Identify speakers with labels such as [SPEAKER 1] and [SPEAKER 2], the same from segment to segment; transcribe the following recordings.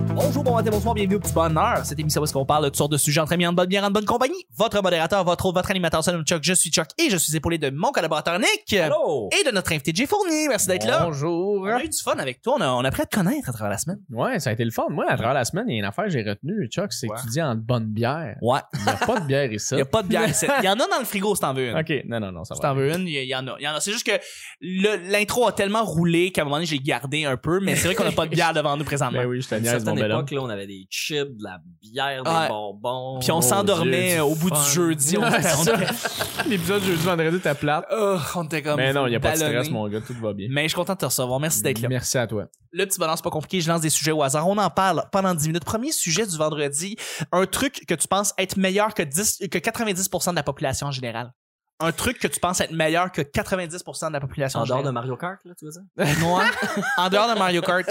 [SPEAKER 1] santé, bonsoir, bienvenue au petit bonheur. Cette émission où est-ce qu'on parle de toutes sortes de sujets entre amis, en bonne bière, en bonne compagnie. Votre modérateur, votre hôte, votre animateur, son Chuck, je suis Chuck et je suis épaulé de mon collaborateur Nick
[SPEAKER 2] Allô?
[SPEAKER 1] et de notre invité Jay Fournier. Merci d'être là.
[SPEAKER 2] Bonjour.
[SPEAKER 1] On a eu du fun avec toi, on a, on a appris à te connaître à travers la semaine.
[SPEAKER 2] Ouais, ça a été le fun. Moi, à travers la semaine, il y a une affaire que j'ai retenue, Chuck, c'est
[SPEAKER 1] Ouais.
[SPEAKER 2] que tu dis en bonne bière.
[SPEAKER 1] Ouais.
[SPEAKER 2] Il n'y a pas de bière ici.
[SPEAKER 1] Il y a pas de bière ici. Il y en a dans le frigo si t'en veux une.
[SPEAKER 2] Ok, non, non, non, ça
[SPEAKER 1] Si
[SPEAKER 2] va.
[SPEAKER 1] t'en veux une, il y, il y en a. Il y en a. C'est juste que le- l'intro a tellement roulé qu'à un moment donné, j'ai gardé un peu, mais c'est vrai qu'on a pas de bière devant nous présentement.
[SPEAKER 2] Ben oui, je te
[SPEAKER 3] À une
[SPEAKER 2] niaise, mon
[SPEAKER 3] certaine
[SPEAKER 2] bel homme.
[SPEAKER 3] époque, là, on avait des chips, de la bière,
[SPEAKER 1] Ouais.
[SPEAKER 3] des bonbons.
[SPEAKER 1] Puis on
[SPEAKER 3] Mon
[SPEAKER 1] s'endormait
[SPEAKER 3] Dieu,
[SPEAKER 1] au bout Oh du
[SPEAKER 3] fun.
[SPEAKER 1] jeudi. On,
[SPEAKER 2] Ouais,
[SPEAKER 1] était- on
[SPEAKER 2] ça.
[SPEAKER 1] était-
[SPEAKER 2] L'épisode jeudi, vendredi, t'as plate.
[SPEAKER 1] Oh, on était comme.
[SPEAKER 2] Mais non, il n'y a pas de
[SPEAKER 1] ballonnés.
[SPEAKER 2] stress, mon gars, tout va bien.
[SPEAKER 1] Mais je suis content de te recevoir. Merci d'être là.
[SPEAKER 2] Merci à toi.
[SPEAKER 1] Le petit bonheur, c'est pas compliqué. Je lance des sujets au hasard. On en parle pendant 10 minutes. Premier sujet du vendredi. Un truc que tu penses être meilleur que, 10, que 90% de la population en général. Un truc que tu penses être meilleur que 90% de la population en
[SPEAKER 3] En dehors de
[SPEAKER 1] général.
[SPEAKER 3] Mario Kart, là, tu veux dire?
[SPEAKER 1] Moi, en dehors de Mario Kart.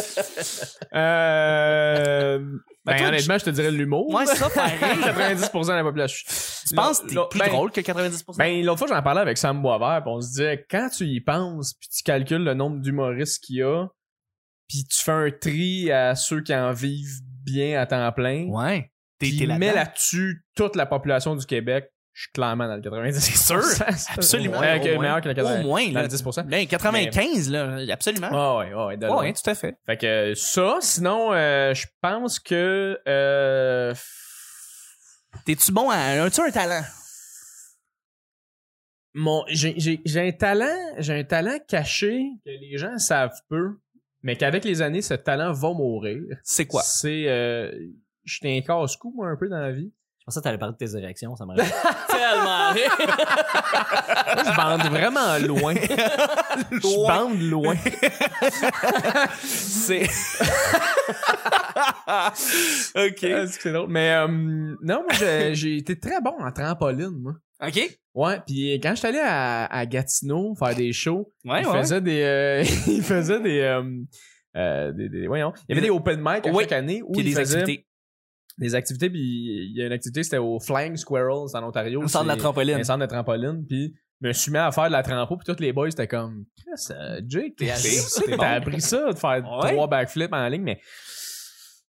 [SPEAKER 2] Euh,
[SPEAKER 1] Ben,
[SPEAKER 2] ben,
[SPEAKER 1] toi,
[SPEAKER 2] honnêtement, je te dirais l'humour.
[SPEAKER 1] Ouais, c'est ça, faire rire.
[SPEAKER 2] 90% de la population.
[SPEAKER 1] Tu penses que t'es
[SPEAKER 2] Non,
[SPEAKER 1] plus
[SPEAKER 2] ben,
[SPEAKER 1] drôle que 90%?
[SPEAKER 2] Ben, l'autre fois, j'en parlais avec Sam Boisvert, pis on se disait, quand tu y penses, puis tu calcules le nombre d'humoristes qu'il y a, puis tu fais un tri à ceux qui en vivent bien à temps plein,
[SPEAKER 1] ouais. T'es
[SPEAKER 2] puis
[SPEAKER 1] t'es là-dedans.
[SPEAKER 2] mets là-dessus toute la population du Québec, je suis clairement dans le 90%.
[SPEAKER 1] C'est sûr. Absolument.
[SPEAKER 2] Ouais,
[SPEAKER 1] Au
[SPEAKER 2] Euh, que-
[SPEAKER 1] moins.
[SPEAKER 2] meilleur que le
[SPEAKER 1] Au
[SPEAKER 2] 90%.
[SPEAKER 1] moins,
[SPEAKER 2] Dans
[SPEAKER 1] là.
[SPEAKER 2] le 10%.
[SPEAKER 1] Ben, 95, là. Absolument.
[SPEAKER 2] Ah ouais, ah ouais, de loin.
[SPEAKER 1] Ouais, hein. tout à fait.
[SPEAKER 2] Fait que ça, sinon, euh, je pense que... euh,
[SPEAKER 1] T'es-tu bon à. As-tu un talent?
[SPEAKER 2] mon j'ai j'ai- j'ai un talent j'ai un talent caché que les gens savent peu mais qu'avec les années ce talent va mourir
[SPEAKER 1] C'est quoi?
[SPEAKER 2] c'est euh, j'étais un casse-cou moi un peu dans la vie
[SPEAKER 3] Je pensais que t'allais parler de tes érections, ça m'aurait tellement rire.
[SPEAKER 2] Ah, je bande vraiment loin je
[SPEAKER 1] Loin.
[SPEAKER 2] bande loin
[SPEAKER 1] C'est.
[SPEAKER 2] Ah,
[SPEAKER 1] ok.
[SPEAKER 2] c'est que c'est drôle mais euh, non moi j'ai- j'ai été très bon en trampoline moi
[SPEAKER 1] Ok. Ouais,
[SPEAKER 2] ouais puis quand j'étais allé à, à Gatineau faire des shows
[SPEAKER 1] ouais.
[SPEAKER 2] il faisait des euh, il faisait des, euh, euh, des, des- voyons il y avait des open mic à
[SPEAKER 1] Oui.
[SPEAKER 2] chaque année où
[SPEAKER 1] Puis
[SPEAKER 2] il
[SPEAKER 1] des
[SPEAKER 2] faisait-
[SPEAKER 1] activités.
[SPEAKER 2] des activités, puis il y a une activité, c'était au Flying Squirrels en Ontario.
[SPEAKER 1] Au centre de la
[SPEAKER 2] C'est
[SPEAKER 1] trampoline.
[SPEAKER 2] Un centre de trampoline, puis je me suis mis à faire de la trampo, puis tous les boys étaient comme, Chris, euh, Jake, t'es
[SPEAKER 1] assez-
[SPEAKER 2] assez-
[SPEAKER 1] t'es bon.
[SPEAKER 2] t'as appris ça, de faire
[SPEAKER 1] Ouais.
[SPEAKER 2] trois backflips en ligne, mais.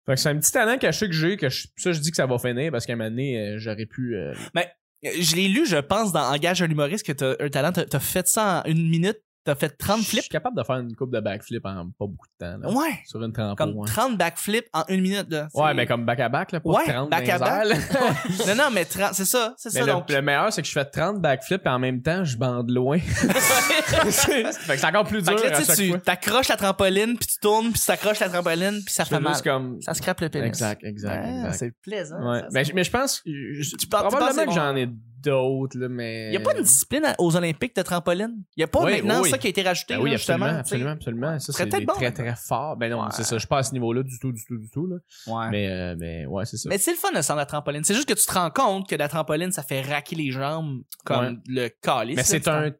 [SPEAKER 2] Fait que c'est un petit talent caché que j'ai, que je- ça, je dis que ça va finir, parce qu'à un moment donné, euh, j'aurais pu. euh,
[SPEAKER 1] Euh, Je l'ai lu, je pense, dans Engage un humoriste que t'as un talent. T'as- T'as fait ça en une minute. T'as fait 30
[SPEAKER 2] Je
[SPEAKER 1] flips.
[SPEAKER 2] suis capable de faire une coupe de backflip en pas beaucoup de temps, là,
[SPEAKER 1] Ouais.
[SPEAKER 2] Sur une trampo.
[SPEAKER 1] Comme
[SPEAKER 2] ouais.
[SPEAKER 1] 30 backflips en une minute, là. C'est-
[SPEAKER 2] Ouais, mais comme back-à-back, là, pas
[SPEAKER 1] Ouais,
[SPEAKER 2] 30
[SPEAKER 1] back à back. Non, non, mais 30 c'est ça. C'est
[SPEAKER 2] Mais
[SPEAKER 1] ça,
[SPEAKER 2] le,
[SPEAKER 1] donc.
[SPEAKER 2] le meilleur, c'est que je fais 30 backflips et en même temps, je bande loin. c'est fait que c'est encore plus dur
[SPEAKER 1] Fait que là,
[SPEAKER 2] à
[SPEAKER 1] tu sais,
[SPEAKER 2] chaque fois.
[SPEAKER 1] tu t'accroches la trampoline, puis tu tournes, puis tu t'accroches la trampoline, puis ça
[SPEAKER 2] Je
[SPEAKER 1] fait
[SPEAKER 2] fais
[SPEAKER 1] mal.
[SPEAKER 2] juste comme...
[SPEAKER 1] Ça scrape le pénis.
[SPEAKER 2] Exact, exact,
[SPEAKER 1] Ah,
[SPEAKER 2] exact.
[SPEAKER 1] c'est plaisant.
[SPEAKER 2] Ouais.
[SPEAKER 1] ça,
[SPEAKER 2] mais,
[SPEAKER 1] ça.
[SPEAKER 2] je- mais je pense que... je-
[SPEAKER 1] Tu penses- tu
[SPEAKER 2] probablement
[SPEAKER 1] penses c'est
[SPEAKER 2] que
[SPEAKER 1] bon.
[SPEAKER 2] j'en ai d'autres, là, mais...
[SPEAKER 1] Il n'y a pas une discipline à- aux Olympiques de trampoline. Il n'y a pas
[SPEAKER 2] Oui,
[SPEAKER 1] maintenant
[SPEAKER 2] oui.
[SPEAKER 1] ça qui a été rajouté.
[SPEAKER 2] Ben oui,
[SPEAKER 1] là, hein, justement,
[SPEAKER 2] absolument,
[SPEAKER 1] tu sais.
[SPEAKER 2] absolument, absolument. Ça,
[SPEAKER 1] Serait
[SPEAKER 2] c'est
[SPEAKER 1] peut-être
[SPEAKER 2] des
[SPEAKER 1] bon,
[SPEAKER 2] très,
[SPEAKER 1] mais-
[SPEAKER 2] très fort. Ben non,
[SPEAKER 1] Ouais.
[SPEAKER 2] c'est ça. Je suis pas à ce niveau-là du tout, du tout, du tout. Là.
[SPEAKER 1] Ouais. Mais,
[SPEAKER 2] Mais, euh, mais ouais, c'est ça.
[SPEAKER 1] c'est le fun de la trampoline. C'est juste que tu te rends compte que la trampoline, ça fait raquer les jambes comme
[SPEAKER 2] Ouais.
[SPEAKER 1] le calice.
[SPEAKER 2] Mais
[SPEAKER 1] là,
[SPEAKER 2] c'est
[SPEAKER 1] tu
[SPEAKER 2] un,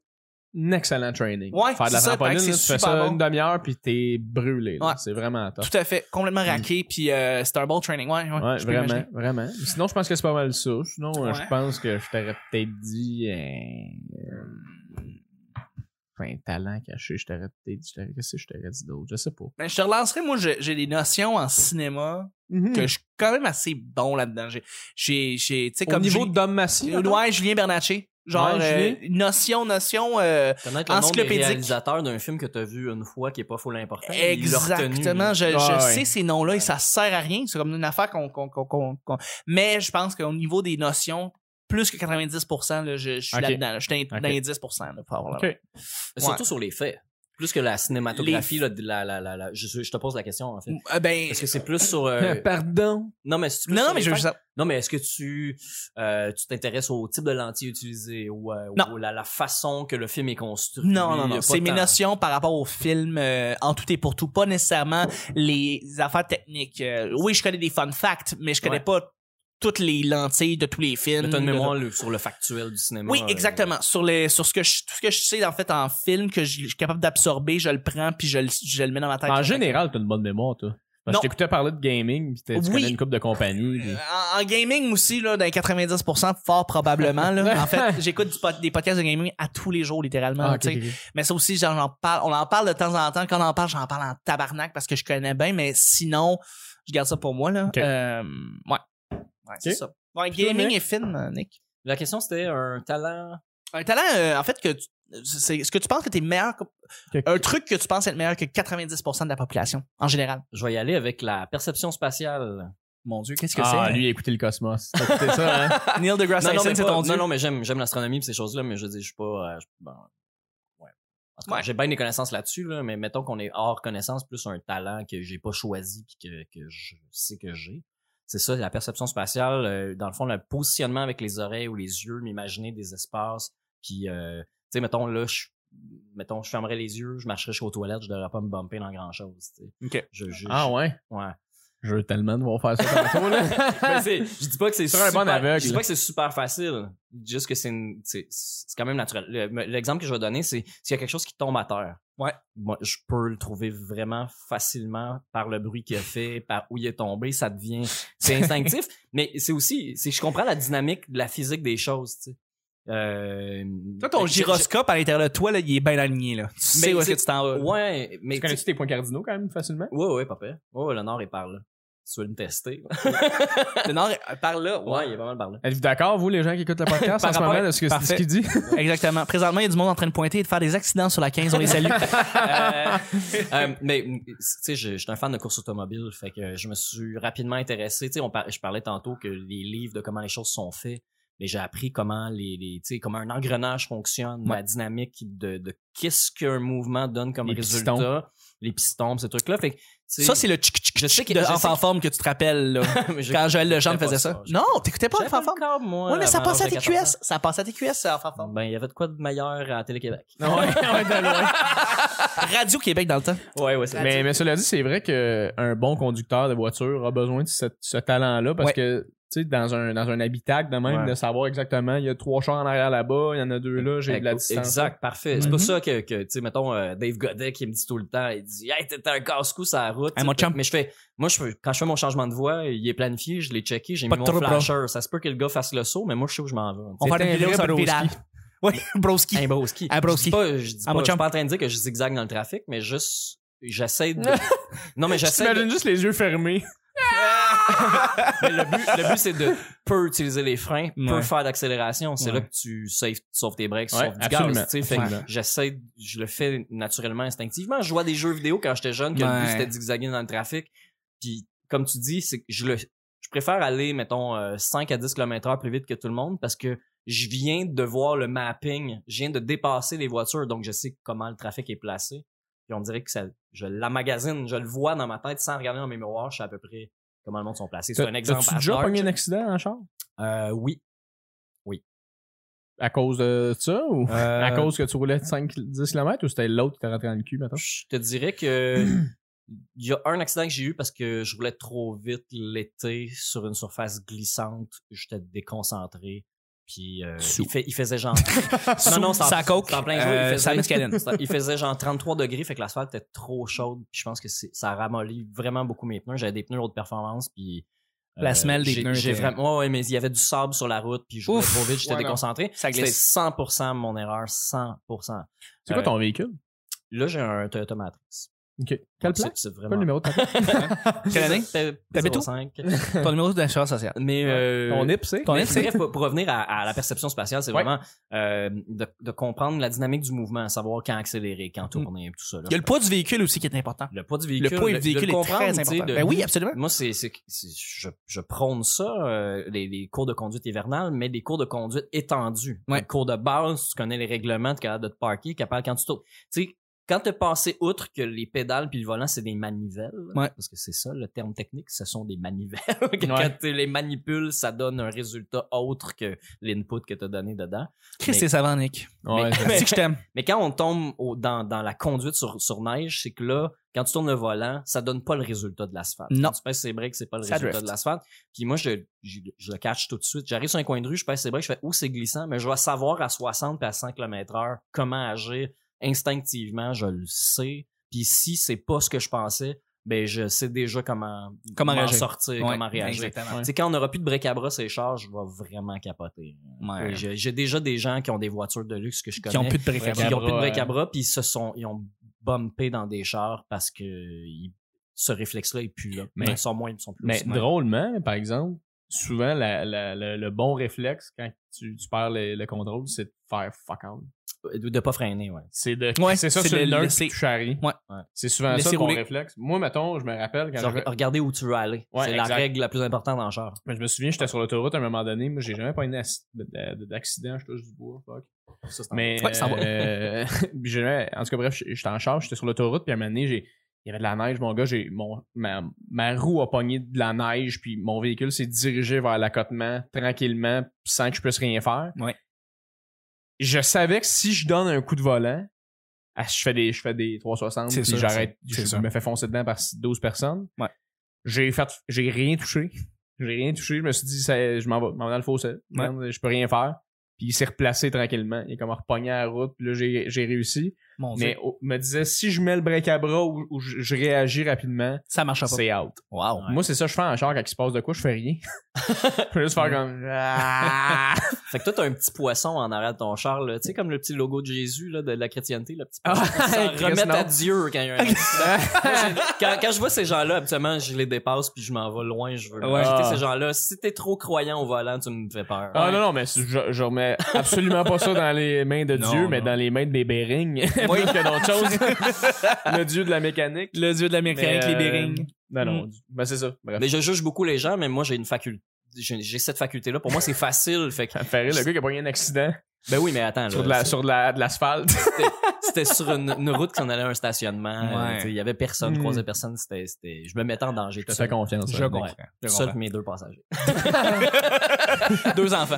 [SPEAKER 2] un excellent training.
[SPEAKER 1] Ouais,
[SPEAKER 2] Faire de la
[SPEAKER 1] c'est ça,
[SPEAKER 2] trampoline,
[SPEAKER 1] fait que
[SPEAKER 2] là, tu
[SPEAKER 1] c'est
[SPEAKER 2] fais
[SPEAKER 1] super
[SPEAKER 2] ça
[SPEAKER 1] bon.
[SPEAKER 2] une demi-heure puis t'es brûlé. là.
[SPEAKER 1] Ouais.
[SPEAKER 2] C'est vraiment top.
[SPEAKER 1] t'en- Tout à fait. Complètement raqué. Puis euh, c'est un bon training. Ouais, ouais,
[SPEAKER 2] Mm. Ouais,
[SPEAKER 1] je peux
[SPEAKER 2] vraiment,
[SPEAKER 1] imaginer.
[SPEAKER 2] vraiment. Sinon, je pense que c'est pas mal ça. Sinon, euh,
[SPEAKER 1] Ouais.
[SPEAKER 2] je pense que je t'aurais peut-être dit. euh, euh, un talent caché, je t'aurais peut-être dit. je t'aurais- Qu'est-ce que je t'aurais dit d'autre Je sais pas.
[SPEAKER 1] Ben, je te relancerai. Moi, j'ai j'ai des notions en cinéma
[SPEAKER 2] Mhm. Mm.
[SPEAKER 1] que je suis quand même assez bon là-dedans. J'ai- J'ai, j'ai, tu sais,
[SPEAKER 2] Au
[SPEAKER 1] comme
[SPEAKER 2] niveau
[SPEAKER 1] Juli-
[SPEAKER 2] d'homme massif. mettons?
[SPEAKER 1] ouais, Julien Bernatchez. Genre,
[SPEAKER 2] Ouais,
[SPEAKER 1] euh, notion, notion. euh,
[SPEAKER 3] Connaître le nom des
[SPEAKER 1] Encyclopédique.
[SPEAKER 3] réalisateurs d'un film que t'as vu une fois qui est pas full important. Hein, il l'a retenu.
[SPEAKER 1] Exactement. Je, je
[SPEAKER 2] Ouais, ouais.
[SPEAKER 1] sais ces noms-là et
[SPEAKER 3] Ouais.
[SPEAKER 1] ça sert à rien. C'est comme une affaire qu'on. qu'on- qu'on- qu'on- qu'on- Mais je pense qu'au niveau des notions, plus que 90%, là, je, je suis
[SPEAKER 2] Ok.
[SPEAKER 1] là-dedans. là. Je suis dans,
[SPEAKER 2] Ok.
[SPEAKER 1] dans les 10%. Là, pour avoir, là.
[SPEAKER 2] Ok.
[SPEAKER 3] Surtout sur les faits. Plus que la cinématographie,
[SPEAKER 1] Les-
[SPEAKER 3] là, de la, la, la, la- je, je te pose la question, en fait.
[SPEAKER 1] Euh, ben,
[SPEAKER 3] Est-ce que c'est plus sur...
[SPEAKER 2] Euh,
[SPEAKER 3] euh,
[SPEAKER 2] Pardon.
[SPEAKER 3] non, mais c'est plus
[SPEAKER 1] non,
[SPEAKER 3] sur
[SPEAKER 1] non, mais
[SPEAKER 3] les
[SPEAKER 1] je veux
[SPEAKER 3] faits?
[SPEAKER 1] juste.
[SPEAKER 3] Non, mais est-ce que tu euh, tu t'intéresses au type de lentille utilisée ou, euh,
[SPEAKER 1] Non.
[SPEAKER 3] ou la, la façon que le film est construit?
[SPEAKER 1] Non, non,
[SPEAKER 3] Il y a
[SPEAKER 1] non.
[SPEAKER 3] pas
[SPEAKER 1] C'est mes
[SPEAKER 3] tant-
[SPEAKER 1] notions par rapport au film euh, en tout et pour tout. Pas nécessairement les affaires techniques. Euh, oui, je connais des fun facts, mais je connais
[SPEAKER 3] Ouais.
[SPEAKER 1] pas toutes les lentilles de tous les films.
[SPEAKER 3] Mais t'as une
[SPEAKER 1] de-
[SPEAKER 3] mémoire le- sur le factuel du cinéma.
[SPEAKER 1] Oui,
[SPEAKER 3] euh,
[SPEAKER 1] exactement. Sur les, sur ce que je, tout ce que je sais en fait en film que je, je suis capable d'absorber, je le prends puis je le, je le mets dans ma tête.
[SPEAKER 2] En général, t'as une bonne mémoire, toi. Parce que
[SPEAKER 1] Non.
[SPEAKER 2] je t'écoutais parler de gaming, puis t'as- tu
[SPEAKER 1] Oui.
[SPEAKER 2] connais une coupe de compagnie. puis-
[SPEAKER 1] euh, En, en gaming aussi là, dans les 90% fort probablement là. En fait, j'écoute du pod- des podcasts de gaming à tous les jours littéralement.
[SPEAKER 2] Ah, ok,
[SPEAKER 1] tu sais.
[SPEAKER 2] ok, ok.
[SPEAKER 1] Mais ça aussi, j'en j'en parle, on en parle de temps en temps. Quand on en parle, j'en parle en tabarnak parce que je connais bien. Mais sinon, Je garde ça pour moi, là.
[SPEAKER 2] Ok.
[SPEAKER 1] Euh, ouais. Ouais, c'est
[SPEAKER 2] Ok.
[SPEAKER 1] ça. Ouais,
[SPEAKER 2] Cool,
[SPEAKER 1] gaming
[SPEAKER 2] Nick.
[SPEAKER 1] et film, euh, Nick.
[SPEAKER 3] La question, c'était un talent.
[SPEAKER 1] Un talent, euh, en fait, que tu- c'est ce que tu penses que t'es meilleur. que-
[SPEAKER 2] Ok.
[SPEAKER 1] Un truc que tu penses être meilleur que 90% de la population, en général.
[SPEAKER 3] Je vais y aller avec la perception spatiale.
[SPEAKER 1] Mon Dieu, qu'est-ce que
[SPEAKER 2] Ah,
[SPEAKER 1] c'est? hein?
[SPEAKER 2] lui, il a écouté le cosmos. T'as écouté ça, hein?
[SPEAKER 1] Neil deGrasse
[SPEAKER 3] non, non,
[SPEAKER 1] Tyson,
[SPEAKER 3] mais
[SPEAKER 1] c'est
[SPEAKER 3] pas-
[SPEAKER 1] ton
[SPEAKER 3] non,
[SPEAKER 1] dieu.
[SPEAKER 3] non, mais j'aime, j'aime l'astronomie et ces choses-là, mais je dis, je suis pas. euh, je- bon, ouais. En tout cas,
[SPEAKER 1] Ouais.
[SPEAKER 3] J'ai bien des connaissances là-dessus, là, mais mettons qu'on est hors connaissance, plus un talent que j'ai pas choisi puis que, que je sais que j'ai. C'est ça, la perception spatiale, euh, dans le fond, le positionnement avec les oreilles ou les yeux, m'imaginer des espaces, puis, euh, tu sais, mettons, là, je mettons, je fermerais les yeux, je marcherais jusqu'aux toilettes, je devrais pas me bumper dans grand-chose, tu sais.
[SPEAKER 1] Ok.
[SPEAKER 3] Je, je-
[SPEAKER 2] Ah ouais?
[SPEAKER 3] ouais.
[SPEAKER 2] Je veux tellement devoir faire ça tantôt,
[SPEAKER 3] Mais
[SPEAKER 1] Ah!
[SPEAKER 2] là.
[SPEAKER 3] c'est- je dis pas que c'est
[SPEAKER 2] Sur un
[SPEAKER 3] super,
[SPEAKER 2] bon aveugle.
[SPEAKER 3] Je dis pas que c'est super facile. Juste que c'est une- c'est c'est quand même naturel. Le- L'exemple que je vais donner, c'est s'il y a quelque chose qui tombe à terre.
[SPEAKER 1] Ouais.
[SPEAKER 3] Moi, je peux le trouver vraiment facilement par le bruit qu'il a fait, par où il est tombé, ça devient c'est instinctif, mais c'est aussi c'est je comprends la dynamique de la physique des choses, tu sais. Euh,
[SPEAKER 1] Toi, ton
[SPEAKER 3] je-
[SPEAKER 1] gyroscope à l'intérieur de toi, là, il est bien aligné. Là. Tu sais où est-ce
[SPEAKER 3] c'est-
[SPEAKER 1] que tu t'en vas.
[SPEAKER 3] je- Ouais, mais
[SPEAKER 2] Tu connais-tu tes points cardinaux quand même facilement?
[SPEAKER 3] Ouais ouais, papa. Ouais, ouais, le nord est par là. Tu veux me tester
[SPEAKER 1] Le nord, euh, par là.
[SPEAKER 3] Ouais, il est vraiment par là.
[SPEAKER 2] Êtes-vous d'accord, vous, les gens qui écoutent le podcast en
[SPEAKER 1] Par
[SPEAKER 2] ce
[SPEAKER 1] rapport-
[SPEAKER 2] moment, de ce que c'est
[SPEAKER 1] Parfait.
[SPEAKER 2] ce qu'il dit?
[SPEAKER 1] Exactement. Présentement, il y a du monde en train de pointer et de faire des accidents sur la 15. On les salue.
[SPEAKER 3] Euh, euh, mais mm, tu sais, je, je suis un fan de course automobile, fait que je me suis rapidement intéressé. Tu sais, on par- je parlais tantôt que les livres de comment les choses sont faites, mais j'ai appris comment les, les tu sais, comment un engrenage fonctionne, la dynamique de, de qu'est-ce qu'un mouvement donne comme
[SPEAKER 2] Les
[SPEAKER 3] résultat,
[SPEAKER 2] pistons.
[SPEAKER 3] les pistons, ces trucs-là. Fait que tu sais,
[SPEAKER 1] Ça, c'est le tchic tchic
[SPEAKER 3] je sais que
[SPEAKER 1] de
[SPEAKER 3] je sais
[SPEAKER 1] Enfant
[SPEAKER 3] que-
[SPEAKER 1] Forme que tu te rappelles là,
[SPEAKER 3] mais je-
[SPEAKER 1] quand Joël Legendre
[SPEAKER 3] j'écoutais
[SPEAKER 1] faisait
[SPEAKER 3] pas
[SPEAKER 1] ça.
[SPEAKER 3] j'écoutais-
[SPEAKER 1] Non, t'écoutais pas
[SPEAKER 3] j'avais
[SPEAKER 1] Enfant Forme?
[SPEAKER 3] le corps, moi,
[SPEAKER 1] Ouais, mais ça
[SPEAKER 3] avant
[SPEAKER 1] passait à
[SPEAKER 3] 14 ans.
[SPEAKER 1] TQS. Ça passait à TQS, ça, Enfant Forme.
[SPEAKER 3] Ben, il y avait de quoi de meilleur à Télé-Québec.
[SPEAKER 1] Radio-Québec dans le temps.
[SPEAKER 3] Ouais, ouais, c'est
[SPEAKER 2] mais, mais cela dit, c'est vrai qu'un bon conducteur de voiture a besoin de cette- ce talent-là parce
[SPEAKER 1] Ouais.
[SPEAKER 2] que, tu sais, dans un, dans un habitacle de même,
[SPEAKER 3] Ouais.
[SPEAKER 2] de savoir exactement, il y a trois chars en arrière là-bas, il y en a deux là, j'ai de la
[SPEAKER 3] Exact,
[SPEAKER 2] distance. hein.
[SPEAKER 3] Exact, parfait. C'est
[SPEAKER 1] Mhm.
[SPEAKER 3] pour ça que, que, tu sais, mettons, euh, Dave Godet qui me dit tout le temps, il dit, hey, t'étais un casse-cou sur la route.
[SPEAKER 1] Hey, mon chum.
[SPEAKER 3] mais je fais, moi, je, fais- quand je fais mon changement de voie, il est planifié, je l'ai checké, j'ai
[SPEAKER 1] Pas
[SPEAKER 3] mis
[SPEAKER 1] de
[SPEAKER 3] mon
[SPEAKER 1] trouble, bro.
[SPEAKER 3] flasher. Ça se peut que le gars fasse le saut, mais moi, je sais où je m'en vais.
[SPEAKER 1] On
[SPEAKER 2] C'est
[SPEAKER 1] va faire
[SPEAKER 2] un
[SPEAKER 1] une vidéo
[SPEAKER 2] vrai
[SPEAKER 1] sur le
[SPEAKER 2] broski.
[SPEAKER 1] pédale. Oui, broski.
[SPEAKER 3] Un broski.
[SPEAKER 1] Un broski.
[SPEAKER 3] Je dis pas, je dis
[SPEAKER 1] Ah,
[SPEAKER 3] pas,
[SPEAKER 1] mon
[SPEAKER 3] je suis
[SPEAKER 1] chum.
[SPEAKER 3] pas en train de dire que je zigzag dans le trafic, mais juste, j'essaie de, non, mais j'essaie de-
[SPEAKER 2] T'imagines juste les yeux fermés.
[SPEAKER 3] mais le but, le but, c'est de peu utiliser les freins, peu
[SPEAKER 1] Ouais.
[SPEAKER 3] faire d'accélération. C'est
[SPEAKER 1] Ouais.
[SPEAKER 3] là que tu sauves, tu sauves tes breaks, tu
[SPEAKER 2] Ouais,
[SPEAKER 3] sauves du
[SPEAKER 2] absolument.
[SPEAKER 3] gaz. tu sais. Fait que
[SPEAKER 2] Absolument.
[SPEAKER 3] j'essaie, je le fais naturellement, instinctivement. Je vois des jeux vidéo quand j'étais jeune que le
[SPEAKER 1] Ouais.
[SPEAKER 3] but c'était de zigzaguer dans le trafic. Puis comme tu dis, c'est que je le, je préfère aller mettons euh, 5 à 10 km/h plus vite que tout le monde parce que je viens de voir le mapping, je viens de dépasser les voitures, donc je sais comment le trafic est placé. Puis on dirait que ça, je l'amagasine, je le vois dans ma tête sans regarder dans mes miroirs, je sais à peu près comment le monde sont placés. C'est un exemple.
[SPEAKER 2] T'as-tu
[SPEAKER 3] à
[SPEAKER 2] déjà
[SPEAKER 3] faire,
[SPEAKER 2] pogné
[SPEAKER 3] tu
[SPEAKER 2] un accident en char?
[SPEAKER 3] euh, oui.
[SPEAKER 2] À cause de ça ou à
[SPEAKER 3] Euh,
[SPEAKER 2] cause que tu roulais 5-10 km ou c'était l'autre qui t'a rentré dans le cul, maintenant?
[SPEAKER 3] Je te dirais que il y a un accident que j'ai eu parce que je roulais trop vite l'été sur une surface glissante. J'étais déconcentré. Puis euh,
[SPEAKER 1] Sous.
[SPEAKER 3] il, fait- il faisait genre. non, non, c'est en-
[SPEAKER 1] Ça coke.
[SPEAKER 3] c'est en plein jour.
[SPEAKER 1] Euh,
[SPEAKER 3] il,
[SPEAKER 1] ça
[SPEAKER 3] faisait,
[SPEAKER 1] mescaline.
[SPEAKER 3] c'est en- il faisait genre 33 degrés, fait que l'asphalte était trop chaude. Puis je pense que c'est- ça a ramolli vraiment beaucoup mes pneus. J'avais des pneus haute performance. Puis. euh,
[SPEAKER 1] La semelle des
[SPEAKER 3] j'ai-
[SPEAKER 1] pneus
[SPEAKER 3] J'ai
[SPEAKER 1] était-
[SPEAKER 3] vraiment. Ouais, ouais, mais il y avait du sable sur la route. Puis je roulais
[SPEAKER 1] Ouf,
[SPEAKER 3] trop vite, j'étais
[SPEAKER 1] ouais, non.
[SPEAKER 3] déconcentré.
[SPEAKER 1] Ça
[SPEAKER 3] C'était
[SPEAKER 1] glisse.
[SPEAKER 3] 100% mon erreur, 100%.
[SPEAKER 2] C'est
[SPEAKER 3] Euh,
[SPEAKER 2] quoi ton véhicule?
[SPEAKER 3] Là, j'ai un Toyota Matrix.
[SPEAKER 2] Ok. Quelle
[SPEAKER 3] C'est-
[SPEAKER 2] plaque? Pas
[SPEAKER 3] C'est
[SPEAKER 2] le
[SPEAKER 3] vraiment.
[SPEAKER 2] numéro de ta plaque?
[SPEAKER 1] Quelle année? T'habites où?
[SPEAKER 3] 05.
[SPEAKER 1] Ton numéro d'assurance sociale.
[SPEAKER 3] Mais euh,
[SPEAKER 2] Ton IP, c'est?
[SPEAKER 1] Ton
[SPEAKER 3] mais
[SPEAKER 1] IP, c'est-
[SPEAKER 3] bref, pour, pour revenir à, à la perception spatiale, c'est
[SPEAKER 2] Ouais.
[SPEAKER 3] vraiment euh, de, de comprendre la dynamique du mouvement, savoir quand accélérer, quand tourner, tout ça. là.
[SPEAKER 1] Il y a le poids du véhicule aussi qui est important.
[SPEAKER 3] Le poids du véhicule.
[SPEAKER 1] Le poids du
[SPEAKER 3] de- de le
[SPEAKER 1] véhicule est
[SPEAKER 3] comprendre,
[SPEAKER 1] très
[SPEAKER 3] tu sais,
[SPEAKER 1] important.
[SPEAKER 3] de-
[SPEAKER 1] Ben oui, absolument.
[SPEAKER 3] Moi, c'est, c'est- c'est- je, je prône ça, euh, les, les cours de conduite hivernale, mais des cours de conduite étendus.
[SPEAKER 1] Ouais.
[SPEAKER 3] Les cours de base, tu connais les règlements, tu es capable de te parquer, capable quand tu tournes. Tu sais, quand tu passé outre que les pédales puis le volant, c'est des manivelles,
[SPEAKER 1] Ouais.
[SPEAKER 3] parce que c'est ça le terme technique, ce sont des manivelles. Que Quand tu les manipules, ça donne un résultat autre que l'input que tu as donné dedans.
[SPEAKER 1] Chris, c'est savant, Nick.
[SPEAKER 2] Ouais.
[SPEAKER 1] Tu sais que je t'aime.
[SPEAKER 3] Mais quand on tombe au- dans, dans la conduite sur, sur neige, c'est que là, quand tu tournes le volant, ça donne pas le résultat de l'asphalte.
[SPEAKER 1] Non.
[SPEAKER 3] Quand tu pèses ses breaks, c'est pas le
[SPEAKER 1] Ça
[SPEAKER 3] résultat
[SPEAKER 1] drift.
[SPEAKER 3] de l'asphalte. Puis moi, je, je, je le catch tout de suite. J'arrive sur un coin de rue, je pèse ses breaks, je fais où c'est glissant, mais je vais savoir à 60 puis à 100 km heure comment agir instinctivement, je le sais. Puis si c'est pas ce que je pensais, ben je sais déjà comment,
[SPEAKER 1] Comment
[SPEAKER 3] m'en
[SPEAKER 1] réagir.
[SPEAKER 3] sortir,
[SPEAKER 1] Ouais,
[SPEAKER 3] comment réagir.
[SPEAKER 1] Exactement.
[SPEAKER 3] C'est quand on n'aura plus de break à bras, ces chars, je vais vraiment capoter.
[SPEAKER 1] Ouais.
[SPEAKER 3] J'ai j'ai déjà des gens qui ont des voitures de luxe que je connais
[SPEAKER 1] Qui ont plus de briques à
[SPEAKER 3] qui
[SPEAKER 1] bras.
[SPEAKER 3] ont plus de break
[SPEAKER 2] euh,
[SPEAKER 3] à bras, puis ils se sont, ils ont bumpé dans des chars parce que ils ce réflexe-là est plus là.
[SPEAKER 2] Mais-
[SPEAKER 3] ils sont moins, ils sont plus.
[SPEAKER 2] Mais
[SPEAKER 3] aussi, ouais.
[SPEAKER 2] drôlement, par exemple, souvent la- la- la- le bon réflexe quand tu, tu perds le, le contrôle, c'est de faire fuck out.
[SPEAKER 3] de, de pas freiner, ouais.
[SPEAKER 2] C'est de
[SPEAKER 1] Ouais,
[SPEAKER 2] c'est ça
[SPEAKER 1] c'est
[SPEAKER 2] sur
[SPEAKER 1] de
[SPEAKER 2] le nerf
[SPEAKER 1] laisser-
[SPEAKER 2] qui touche à rien.
[SPEAKER 1] Ouais.
[SPEAKER 3] Ouais.
[SPEAKER 2] C'est souvent
[SPEAKER 1] Laisser
[SPEAKER 2] ça mon
[SPEAKER 1] rouler. ah.
[SPEAKER 2] réflexe. Moi, mettons, je me rappelle quand
[SPEAKER 3] Genre,
[SPEAKER 2] je,
[SPEAKER 3] regardez où tu veux aller.
[SPEAKER 2] Ouais,
[SPEAKER 3] c'est la
[SPEAKER 2] exact.
[SPEAKER 3] règle la plus importante en char.
[SPEAKER 2] mais je me souviens, j'étais sur l'autoroute à un moment donné, moi j'ai jamais pas eu d'ac- d'a- d'accident, je touche du bois, fuck.
[SPEAKER 3] Ça, c'est
[SPEAKER 2] Mais
[SPEAKER 1] Ouais, ça va.
[SPEAKER 2] euh, puis j'ai- en tout cas bref, j'étais en charge, j'étais sur l'autoroute, puis à un moment donné, j'ai il y avait de la neige, mon gars, j'ai mon ma, ma roue a pogné de la neige, puis mon véhicule s'est dirigé vers l'accotement tranquillement sans que je puisse rien faire.
[SPEAKER 1] Ouais.
[SPEAKER 2] Je savais que si je donne un coup de volant, ah, je fais des je fais des 360
[SPEAKER 1] C'est
[SPEAKER 2] puis
[SPEAKER 1] sûr,
[SPEAKER 2] j'arrête,
[SPEAKER 1] c'est-
[SPEAKER 2] je
[SPEAKER 1] c'est sûr.
[SPEAKER 2] me fais foncer dedans par 12 personnes.
[SPEAKER 1] Ouais.
[SPEAKER 2] J'ai fait j'ai rien touché. J'ai rien touché, je me suis dit ça- je m'en vais, m'en vais dans le fossé. Je peux rien faire. Puis il s'est replacé tranquillement. Il est comme repogné à la route. Puis là, j'ai j'ai réussi.
[SPEAKER 1] Mon Dieu.
[SPEAKER 2] Mais oh, me disait, si je mets le break à bras ou, ou je, je réagis rapidement,
[SPEAKER 1] ça marche pas.
[SPEAKER 2] c'est out.
[SPEAKER 1] Wow.
[SPEAKER 2] Moi, c'est ça, je fais en char quand il se passe de quoi, je fais rien. je peux juste faire comme. Ah!
[SPEAKER 3] Fait que toi, t'as un petit poisson en arrière de ton char, là. Tu sais, comme le petit logo de Jésus, là, de la chrétienté, le petit
[SPEAKER 2] Ah,
[SPEAKER 3] poisson. qui s'en
[SPEAKER 2] Christ,
[SPEAKER 3] remettent
[SPEAKER 2] non.
[SPEAKER 3] à Dieu quand il y a un Moi, j'ai- quand, quand je vois ces gens-là, habituellement, je les dépasse puis je m'en vais loin. Je veux
[SPEAKER 2] Ouais.
[SPEAKER 3] éviter
[SPEAKER 2] Ah.
[SPEAKER 3] ces gens-là. Si t'es trop croyant au volant, tu me fais peur.
[SPEAKER 2] Ah non, non, mais c'est- je, je remets absolument pas ça dans les mains de
[SPEAKER 1] Non,
[SPEAKER 2] Dieu, mais
[SPEAKER 1] non.
[SPEAKER 2] dans les mains des Bérings. Plus que d'autres choses. le Dieu de la mécanique.
[SPEAKER 1] Le dieu de l'Américain
[SPEAKER 2] Mais,
[SPEAKER 1] avec les Hmm.
[SPEAKER 2] euh,
[SPEAKER 1] bearings.
[SPEAKER 2] Non, non. Ben, c'est ça. Bref.
[SPEAKER 3] Mais je juge beaucoup les gens, mais moi, j'ai une faculté. J'ai j'ai cette faculté-là. Pour moi, c'est facile. Fait que,
[SPEAKER 2] Ça me fait rire, le gars qui a pas eu un accident
[SPEAKER 3] ben oui, mais
[SPEAKER 1] Ah,
[SPEAKER 3] attends,
[SPEAKER 2] sur de
[SPEAKER 3] là.
[SPEAKER 2] la- sur de la- de l'asphalte.
[SPEAKER 3] C'était sur une, une route qui s'en allait à un stationnement.
[SPEAKER 1] Ouais.
[SPEAKER 3] euh, tu sais, Il y avait personne,
[SPEAKER 2] Hmm.
[SPEAKER 3] croisait personne. C'était, c'était, je me mettais en danger.
[SPEAKER 2] Je te
[SPEAKER 3] tout
[SPEAKER 2] fais
[SPEAKER 3] seul.
[SPEAKER 2] confiance.
[SPEAKER 1] Je
[SPEAKER 2] hein.
[SPEAKER 1] comprends. Je
[SPEAKER 3] Seul
[SPEAKER 1] comprends.
[SPEAKER 3] que mes deux passagers.
[SPEAKER 1] Deux enfants.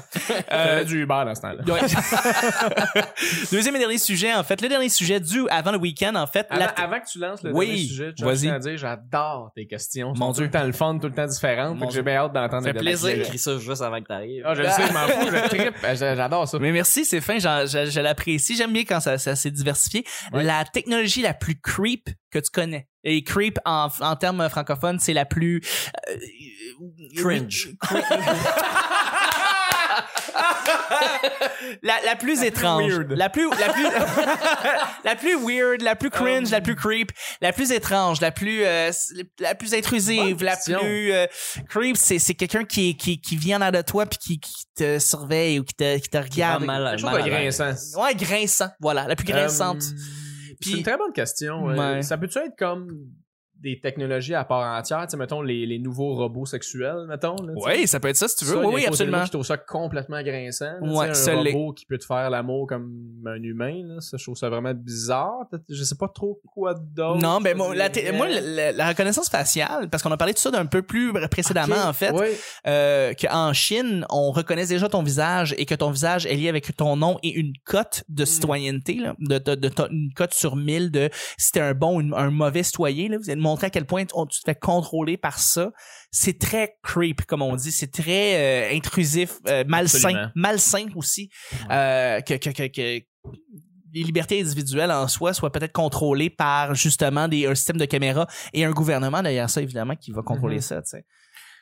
[SPEAKER 2] Euh, du Uber dans ce temps-là.
[SPEAKER 1] Ouais. Deuxième et dernier sujet, en fait. Le dernier sujet du avant le week-end, en fait.
[SPEAKER 2] Avant,
[SPEAKER 1] la-
[SPEAKER 2] avant que tu lances le
[SPEAKER 1] Oui,
[SPEAKER 2] dernier sujet, je
[SPEAKER 1] vas-y.
[SPEAKER 2] tiens à dire j'adore tes questions. Elles
[SPEAKER 1] Mon
[SPEAKER 2] sont
[SPEAKER 1] Dieu.
[SPEAKER 2] Tout le temps le fun, tout le temps différentes.
[SPEAKER 1] Mon
[SPEAKER 2] Fait que j'ai bien hâte d'entendre
[SPEAKER 1] Ça
[SPEAKER 2] les
[SPEAKER 1] fait
[SPEAKER 2] derniers
[SPEAKER 1] plaisir.
[SPEAKER 3] J'ai
[SPEAKER 2] sujets.
[SPEAKER 3] écrit ça juste avant que t'arrives.
[SPEAKER 2] Ah, je le sais, je m'en fous, je trippe. Euh, j'a- J'adore ça.
[SPEAKER 1] Mais merci, c'est fin, j'en- je, je l'apprécie. J'aime bien quand ça, ça s'est diversifié.
[SPEAKER 2] Ouais.
[SPEAKER 1] La technologie la plus creep que tu connais. Et creep, en, en termes francophones, c'est la plus... euh,
[SPEAKER 3] Cringe.
[SPEAKER 1] La, la plus étrange.
[SPEAKER 2] weird.
[SPEAKER 1] La plus, la plus, la plus weird, la plus cringe,
[SPEAKER 2] Um.
[SPEAKER 1] la plus creep, la plus étrange, la plus, euh, la plus intrusive,
[SPEAKER 2] Bonne
[SPEAKER 1] la
[SPEAKER 2] question.
[SPEAKER 1] plus euh, creep. C'est, c'est quelqu'un qui, qui, qui vient en arrière de toi puis qui, qui te surveille ou qui te, qui te
[SPEAKER 3] Pas
[SPEAKER 1] regarde.
[SPEAKER 3] mal,
[SPEAKER 2] Quelque chose
[SPEAKER 3] mal à
[SPEAKER 2] de
[SPEAKER 3] l'aise.
[SPEAKER 2] grinçant.
[SPEAKER 1] Ouais, grinçant. Voilà, la plus grinçante.
[SPEAKER 2] Euh,
[SPEAKER 1] Puis-
[SPEAKER 2] C'est une très bonne question. Euh,
[SPEAKER 1] Ouais.
[SPEAKER 2] Ça peut-tu être comme des technologies à part entière, tu sais, mettons les, les nouveaux robots sexuels, mettons. là, tu sais.
[SPEAKER 1] Oui, ça peut être ça si tu veux.
[SPEAKER 2] Ça, il y a
[SPEAKER 1] oui,
[SPEAKER 2] un
[SPEAKER 1] oui,
[SPEAKER 2] côté de moi
[SPEAKER 1] absolument.
[SPEAKER 2] qui trouve ça complètement grinçant. là,
[SPEAKER 1] Ouais,
[SPEAKER 2] tu sais,
[SPEAKER 1] ça
[SPEAKER 2] un
[SPEAKER 1] l'est.
[SPEAKER 2] robot qui peut te faire l'amour comme un humain, là, ça, je trouve ça vraiment bizarre. Peut-être- Je sais pas trop quoi d'autre.
[SPEAKER 1] Non, ben moi, la, té-
[SPEAKER 2] Euh,
[SPEAKER 1] moi, la, la reconnaissance faciale, parce qu'on a parlé de ça d'un peu plus précédemment,
[SPEAKER 2] ok,
[SPEAKER 1] en fait,
[SPEAKER 2] ouais.
[SPEAKER 1] euh, qu'en Chine, on reconnaît déjà ton visage et que ton visage est lié avec ton nom et une cote de citoyenneté, là, de, de, de ton- une cote sur 1000 de si t'es un bon ou une- un mauvais citoyen. Là, vous allez montrer à quel point on- tu te fais contrôler par ça. C'est très creep, comme on dit. C'est très euh, intrusif, euh, malsain.
[SPEAKER 2] Absolument.
[SPEAKER 1] Malsain aussi. Euh, que, que, que, que les libertés individuelles en soi soient peut-être contrôlées par justement des, un système de caméra et un gouvernement derrière ça, évidemment, qui va contrôler
[SPEAKER 2] Mhm.
[SPEAKER 1] ça. tu sais.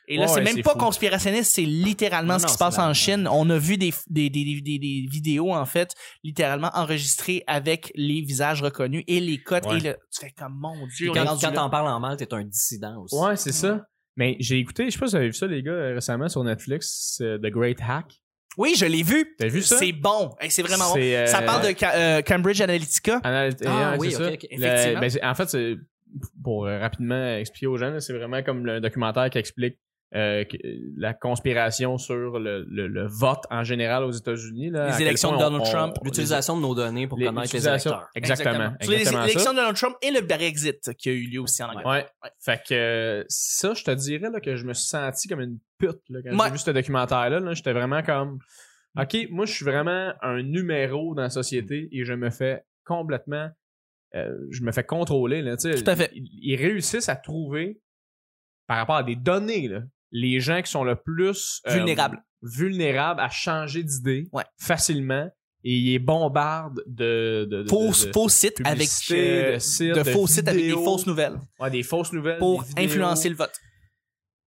[SPEAKER 1] Et là,
[SPEAKER 2] Ouais,
[SPEAKER 1] c'est
[SPEAKER 2] ouais,
[SPEAKER 1] même
[SPEAKER 2] c'est
[SPEAKER 1] pas
[SPEAKER 2] fou.
[SPEAKER 1] conspirationniste, c'est littéralement
[SPEAKER 3] Non,
[SPEAKER 1] ce qui
[SPEAKER 3] non,
[SPEAKER 1] se passe
[SPEAKER 3] c'est la-
[SPEAKER 1] en Chine. On a vu des, des, des, des, des- des vidéos, en fait, littéralement enregistrées avec les visages reconnus et les codes.
[SPEAKER 2] Ouais.
[SPEAKER 1] Et le, tu fais comme, mon
[SPEAKER 3] Puis
[SPEAKER 1] Dieu, on est
[SPEAKER 3] Quand,
[SPEAKER 1] rendu
[SPEAKER 3] quand
[SPEAKER 1] là.
[SPEAKER 3] t'en parles en mal, t'es un dissident aussi.
[SPEAKER 2] Ouais, c'est ça. Mais j'ai écouté, je sais pas si vous avez vu ça, les gars, euh, récemment sur Netflix, euh, The Great Hack.
[SPEAKER 1] Oui, je l'ai vu.
[SPEAKER 2] T'as vu ça?
[SPEAKER 1] C'est bon. Hey, c'est vraiment bon.
[SPEAKER 2] C'est, euh,
[SPEAKER 1] Ça parle de Ca- euh, Cambridge Analytica.
[SPEAKER 2] Anal-
[SPEAKER 3] Ah
[SPEAKER 2] euh,
[SPEAKER 3] oui,
[SPEAKER 2] c'est
[SPEAKER 3] ok,
[SPEAKER 2] ça.
[SPEAKER 3] ok,
[SPEAKER 2] Le-
[SPEAKER 1] effectivement.
[SPEAKER 2] ben, c'est- en fait, c'est- pour euh, rapidement expliquer aux gens, là, c'est vraiment comme le documentaire qui explique euh, que- la conspiration sur le, le- le vote en général aux États-Unis. là,
[SPEAKER 1] Les
[SPEAKER 2] à quel
[SPEAKER 1] élections
[SPEAKER 2] point
[SPEAKER 1] de
[SPEAKER 2] on-
[SPEAKER 1] Donald
[SPEAKER 2] on-
[SPEAKER 1] Trump,
[SPEAKER 2] on-
[SPEAKER 3] L'utilisation de nos données pour
[SPEAKER 2] les-
[SPEAKER 3] connaître les
[SPEAKER 2] l'utilisation-
[SPEAKER 3] électeurs.
[SPEAKER 2] Exactement.
[SPEAKER 1] Sur les-
[SPEAKER 2] exactement ça.
[SPEAKER 1] L'élection de Donald Trump et le Brexit qui a eu lieu aussi en Angleterre.
[SPEAKER 2] Ouais. Fait que euh, ça, je te dirais là, que je me suis senti comme une pute là, quand
[SPEAKER 1] Ouais.
[SPEAKER 2] j'ai vu ce documentaire-là. là. J'étais vraiment comme OK, moi je suis vraiment un numéro dans la société et je me fais complètement euh, je me fais contrôler. Là, tu sais.
[SPEAKER 1] Tout à fait.
[SPEAKER 2] Ils, ils réussissent à trouver par rapport à des données là, les gens qui sont le plus euh,
[SPEAKER 1] Vulnérables.
[SPEAKER 2] vulnérables à changer d'idée
[SPEAKER 1] Ouais.
[SPEAKER 2] facilement et ils les bombardent de, de, de-
[SPEAKER 1] Faux,
[SPEAKER 2] de- de
[SPEAKER 1] faux sites avec
[SPEAKER 2] publicités,
[SPEAKER 1] euh,
[SPEAKER 2] sites,
[SPEAKER 1] de faux sites avec des
[SPEAKER 2] vidéos.
[SPEAKER 1] fausses nouvelles
[SPEAKER 2] Ouais, des fausses nouvelles.
[SPEAKER 1] pour
[SPEAKER 2] des vidéos.
[SPEAKER 1] influencer le vote.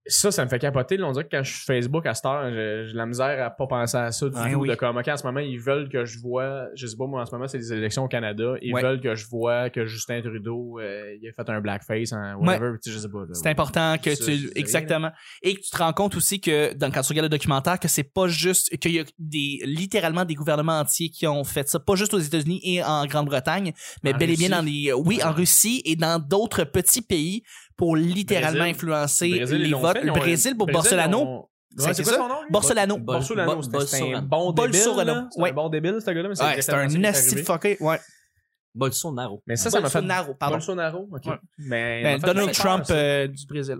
[SPEAKER 2] ça, ça me fait capoter. Là, on dirait que quand je suis Facebook à cette heure, j'ai j'ai de la misère à pas penser à ça du
[SPEAKER 1] Ouais,
[SPEAKER 2] tout.
[SPEAKER 1] oui.
[SPEAKER 2] De comme, OK, en ce moment, ils veulent que je vois, je sais pas, moi, en ce moment, c'est les élections au Canada. Ils
[SPEAKER 1] Ouais.
[SPEAKER 2] veulent que je vois que Justin Trudeau, euh, il a fait un blackface, hein, whatever, tu sais, je sais pas. là,
[SPEAKER 1] C'est
[SPEAKER 2] ouais.
[SPEAKER 1] important que
[SPEAKER 2] Ça, je
[SPEAKER 1] tu
[SPEAKER 2] sais
[SPEAKER 1] exactement et que tu te rends compte aussi que dans, quand tu regardes le documentaire que c'est pas juste qu'il y a des littéralement des gouvernements entiers qui ont fait ça pas juste aux États-Unis et en Grande-Bretagne mais
[SPEAKER 2] En
[SPEAKER 1] bel et bien
[SPEAKER 2] Russie.
[SPEAKER 1] dans les euh, oui en Russie et dans d'autres petits pays pour littéralement
[SPEAKER 2] Brésil.
[SPEAKER 1] influencer
[SPEAKER 2] Brésil, ils
[SPEAKER 1] les
[SPEAKER 2] l'ont
[SPEAKER 1] votes
[SPEAKER 2] fait, ils
[SPEAKER 1] le
[SPEAKER 2] ont-
[SPEAKER 1] Brésil pour
[SPEAKER 2] Brésil,
[SPEAKER 1] Bolsonaro
[SPEAKER 2] ils ont-
[SPEAKER 1] C'est
[SPEAKER 2] Ouais, c'est quoi
[SPEAKER 1] ça?
[SPEAKER 2] son nom, lui?
[SPEAKER 1] Bolsonaro
[SPEAKER 3] Bol-
[SPEAKER 2] Bolsonaro,
[SPEAKER 3] Bol-
[SPEAKER 2] c'était un
[SPEAKER 3] Bolsonaro.
[SPEAKER 2] bon débile.
[SPEAKER 1] Bolsonaro,
[SPEAKER 2] là. C'est
[SPEAKER 1] ouais.
[SPEAKER 2] un bon débile, ce gars-là. mais
[SPEAKER 1] Ouais, c'est
[SPEAKER 2] exactement
[SPEAKER 1] un
[SPEAKER 2] ça qui est
[SPEAKER 1] nasty
[SPEAKER 2] arrivé.
[SPEAKER 1] fucké ouais
[SPEAKER 3] Bolsonaro.
[SPEAKER 2] Mais ça, ça m'a fait.
[SPEAKER 1] Bolsonaro pardon
[SPEAKER 2] Bolsonaro, ok.
[SPEAKER 1] Ouais.
[SPEAKER 2] Mais
[SPEAKER 1] Ben,
[SPEAKER 2] ça m'a fait
[SPEAKER 1] Donald
[SPEAKER 2] peur,
[SPEAKER 1] Trump
[SPEAKER 2] ça.
[SPEAKER 1] euh, du Brésil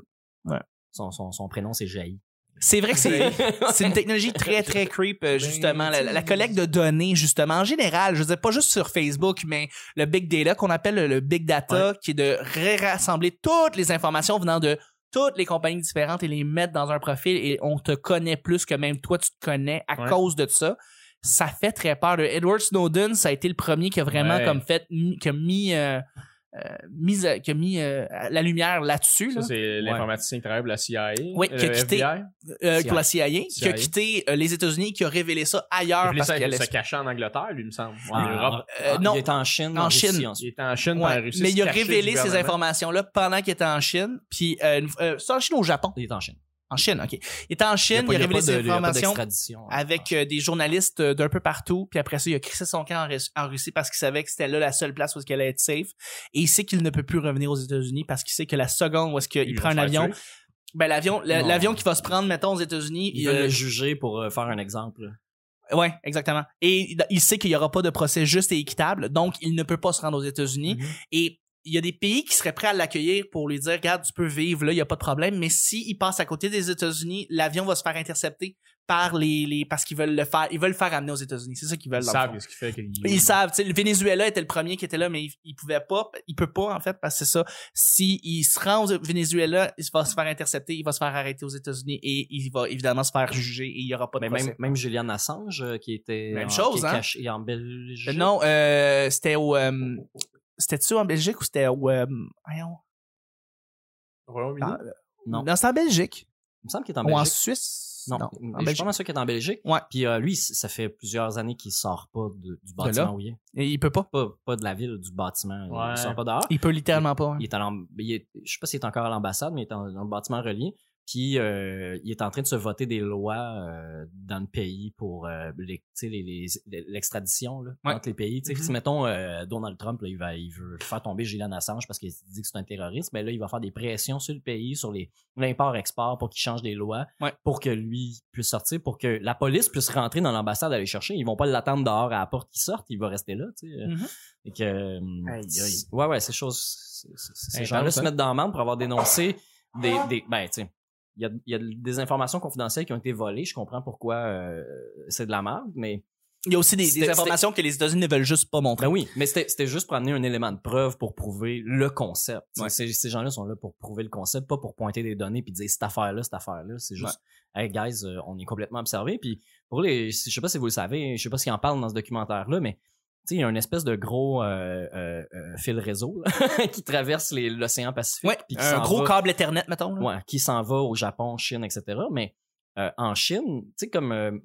[SPEAKER 3] Son, son, son prénom, c'est Jaï.
[SPEAKER 1] C'est vrai que c'est c'est une technologie très très creep
[SPEAKER 2] Ben
[SPEAKER 1] euh, justement la, la collecte de données justement en général, je veux dire pas juste sur Facebook mais le big data qu'on appelle le, le big data qui est de rassembler toutes les informations venant de toutes les compagnies différentes et les mettre dans un profil et on te connaît plus que même toi tu te connais à
[SPEAKER 2] Ouais.
[SPEAKER 1] cause de ça. Ça fait très peur. Le Edward Snowden, ça a été le premier qui a vraiment
[SPEAKER 2] Ouais.
[SPEAKER 1] comme fait mi- qui a mis euh, euh, mise à- qui a mis euh, la lumière là-dessus là.
[SPEAKER 2] Ça, c'est l'informaticien qui travaille pour la CIA.
[SPEAKER 1] Oui,
[SPEAKER 2] le
[SPEAKER 1] qui a quitté.
[SPEAKER 2] FBI.
[SPEAKER 1] Euh,
[SPEAKER 3] CIA.
[SPEAKER 1] pour la CIA, qui a
[SPEAKER 2] CIA.
[SPEAKER 1] quitté euh, les États-Unis, qui a révélé ça
[SPEAKER 2] Il
[SPEAKER 1] ailleurs
[SPEAKER 2] voulait
[SPEAKER 1] parce
[SPEAKER 2] se-
[SPEAKER 1] qu'elle
[SPEAKER 2] se cacher en Angleterre, lui, il me semble. ou En
[SPEAKER 3] Ah,
[SPEAKER 2] Europe.
[SPEAKER 1] Euh,
[SPEAKER 3] ah,
[SPEAKER 1] non.
[SPEAKER 3] Il est en Chine.
[SPEAKER 1] En
[SPEAKER 3] Russie,
[SPEAKER 1] Chine.
[SPEAKER 2] Il
[SPEAKER 3] ensuite.
[SPEAKER 2] était en Chine,
[SPEAKER 1] Ouais,
[SPEAKER 2] par Russie.
[SPEAKER 1] mais
[SPEAKER 2] se
[SPEAKER 1] il a
[SPEAKER 2] cacher du
[SPEAKER 1] révélé ces
[SPEAKER 2] gouvernement.
[SPEAKER 1] informations-là pendant qu'il était en Chine. Puis, euh, une- euh, c'est en Chine ou au Japon?
[SPEAKER 3] Il est en Chine.
[SPEAKER 1] En Chine, OK. Il était en
[SPEAKER 3] Il y a
[SPEAKER 1] Chine, il
[SPEAKER 3] pas-
[SPEAKER 1] a,
[SPEAKER 3] il y a
[SPEAKER 1] révélé
[SPEAKER 3] pas de-
[SPEAKER 1] ces
[SPEAKER 3] il y a pas
[SPEAKER 1] informations
[SPEAKER 3] d'extradition. hein.
[SPEAKER 1] avec euh, des journalistes euh, d'un peu partout. Puis après ça, il a crissé son camp en, Rus- en Russie parce qu'il savait que c'était là la seule place où il allait être safe. Et il sait qu'il ne peut plus revenir aux États-Unis parce qu'il sait que la seconde où est-ce qu'il
[SPEAKER 2] Ils
[SPEAKER 1] prend un
[SPEAKER 2] vont se faire
[SPEAKER 1] avion,
[SPEAKER 2] tuer.
[SPEAKER 1] ben l'avion, la-
[SPEAKER 3] Non.
[SPEAKER 1] l'avion qui va se prendre, mettons, aux États-Unis,
[SPEAKER 3] Ils
[SPEAKER 1] il,
[SPEAKER 3] veulent
[SPEAKER 1] euh,
[SPEAKER 3] le juger pour euh, faire un exemple.
[SPEAKER 1] Ouais, exactement. Et il- il sait qu'il n'y aura pas de procès juste et équitable, donc il ne peut pas se rendre aux États-Unis.
[SPEAKER 3] Mhm.
[SPEAKER 1] Et il y a des pays qui seraient prêts à l'accueillir pour lui dire, regarde, tu peux vivre là, il n'y a pas de problème. Mais s'il passe à côté des États-Unis, l'avion va se faire intercepter par les, les parce qu'ils veulent le faire, ils veulent le faire amener aux États-Unis. C'est ça qu'ils veulent.
[SPEAKER 2] Ils
[SPEAKER 1] dans le fond.
[SPEAKER 2] savent ce qu'il fait. qu'il-
[SPEAKER 1] Ils savent, tu sais, le Venezuela était le premier qui était là, mais il, il pouvait pas, il peut pas en fait, parce que c'est ça. Si il se rend au Venezuela, il va se faire intercepter, il va se faire arrêter aux États-Unis et il va évidemment se faire juger et il y aura pas de
[SPEAKER 3] Mais
[SPEAKER 1] procès.
[SPEAKER 3] même, même Julian Assange, euh, qui était
[SPEAKER 1] Même
[SPEAKER 3] en,
[SPEAKER 1] chose,
[SPEAKER 3] qui est
[SPEAKER 1] hein.
[SPEAKER 3] caché en Belgique.
[SPEAKER 1] Euh, Non, euh, c'était au. euh, C'était-tu en Belgique ou c'était au. euh, voyons,
[SPEAKER 2] Royaume-Uni?
[SPEAKER 1] Ah,
[SPEAKER 3] Non.
[SPEAKER 1] Non, c'était en Belgique.
[SPEAKER 3] Il me semble qu'il est en
[SPEAKER 1] Ou en
[SPEAKER 3] Belgique.
[SPEAKER 1] Suisse.
[SPEAKER 3] Non,
[SPEAKER 1] en
[SPEAKER 3] je suis
[SPEAKER 1] Belgique.
[SPEAKER 3] pas sûr qu'il est en Belgique.
[SPEAKER 1] Ouais.
[SPEAKER 3] Puis euh, lui, c- ça fait plusieurs années qu'il sort pas de- du bâtiment
[SPEAKER 1] là?
[SPEAKER 3] où il est.
[SPEAKER 1] Et il peut pas.
[SPEAKER 3] Pas, pas de la ville, du bâtiment.
[SPEAKER 2] Ouais.
[SPEAKER 3] Il sort pas dehors.
[SPEAKER 1] Il peut littéralement pas. hein.
[SPEAKER 3] Il est à l'amb- il est- je sais pas s'il est encore à l'ambassade, mais il est en- dans le bâtiment relié. Puis euh, il est en train de se voter des lois euh, dans le pays pour euh, les- tu sais, les- les- les- l'extradition là,
[SPEAKER 1] Ouais.
[SPEAKER 3] entre les pays. Tu sais,
[SPEAKER 1] Mhm.
[SPEAKER 3] Si mettons euh, Donald Trump, là, il, va, il veut faire tomber Julian Assange parce qu'il dit que c'est un terroriste, mais là il va faire des pressions sur le pays, sur les l'import-export pour qu'il change des lois,
[SPEAKER 1] Ouais.
[SPEAKER 3] pour que lui puisse sortir, pour que la police puisse rentrer dans l'ambassade aller chercher. Ils vont pas l'attendre dehors à la porte qu'il sorte, il va rester là. Tu sais.
[SPEAKER 1] Mhm.
[SPEAKER 3] Fait que, euh,
[SPEAKER 2] Aïe, aïe.
[SPEAKER 3] ouais, ouais, ces choses, c- c- ces
[SPEAKER 2] Intense,
[SPEAKER 3] gens-là se
[SPEAKER 2] hein?
[SPEAKER 3] mettent dans la merde pour avoir dénoncé des, des ben, tu sais, il y a, il y a des informations confidentielles qui ont été volées. Je comprends pourquoi euh, c'est de la merde, mais
[SPEAKER 1] Il y a aussi des, des
[SPEAKER 3] C'était-
[SPEAKER 1] informations que les États-Unis ne veulent juste pas montrer.
[SPEAKER 3] ben oui, mais c'était c'était juste pour amener un élément de preuve pour prouver le concept. Tu sais,
[SPEAKER 1] Ouais.
[SPEAKER 3] Ces, ces gens-là sont là pour prouver le concept, pas pour pointer des données puis dire cette affaire-là, cette affaire-là. C'est juste, hey guys, euh, on est complètement observé. Puis pour les, je sais pas si vous le savez, je sais pas s'ils en parlent dans ce documentaire-là, mais tu sais, il y a une espèce de gros euh, euh, euh, fil réseau là, qui traverse les- l'océan Pacifique.
[SPEAKER 1] Ouais,
[SPEAKER 3] puis qui
[SPEAKER 1] un
[SPEAKER 3] s'en
[SPEAKER 1] gros
[SPEAKER 3] va-
[SPEAKER 1] câble Ethernet, mettons. là.
[SPEAKER 3] Ouais, qui s'en va au Japon, Chine, etc. Mais euh, en Chine, tu sais, comme euh,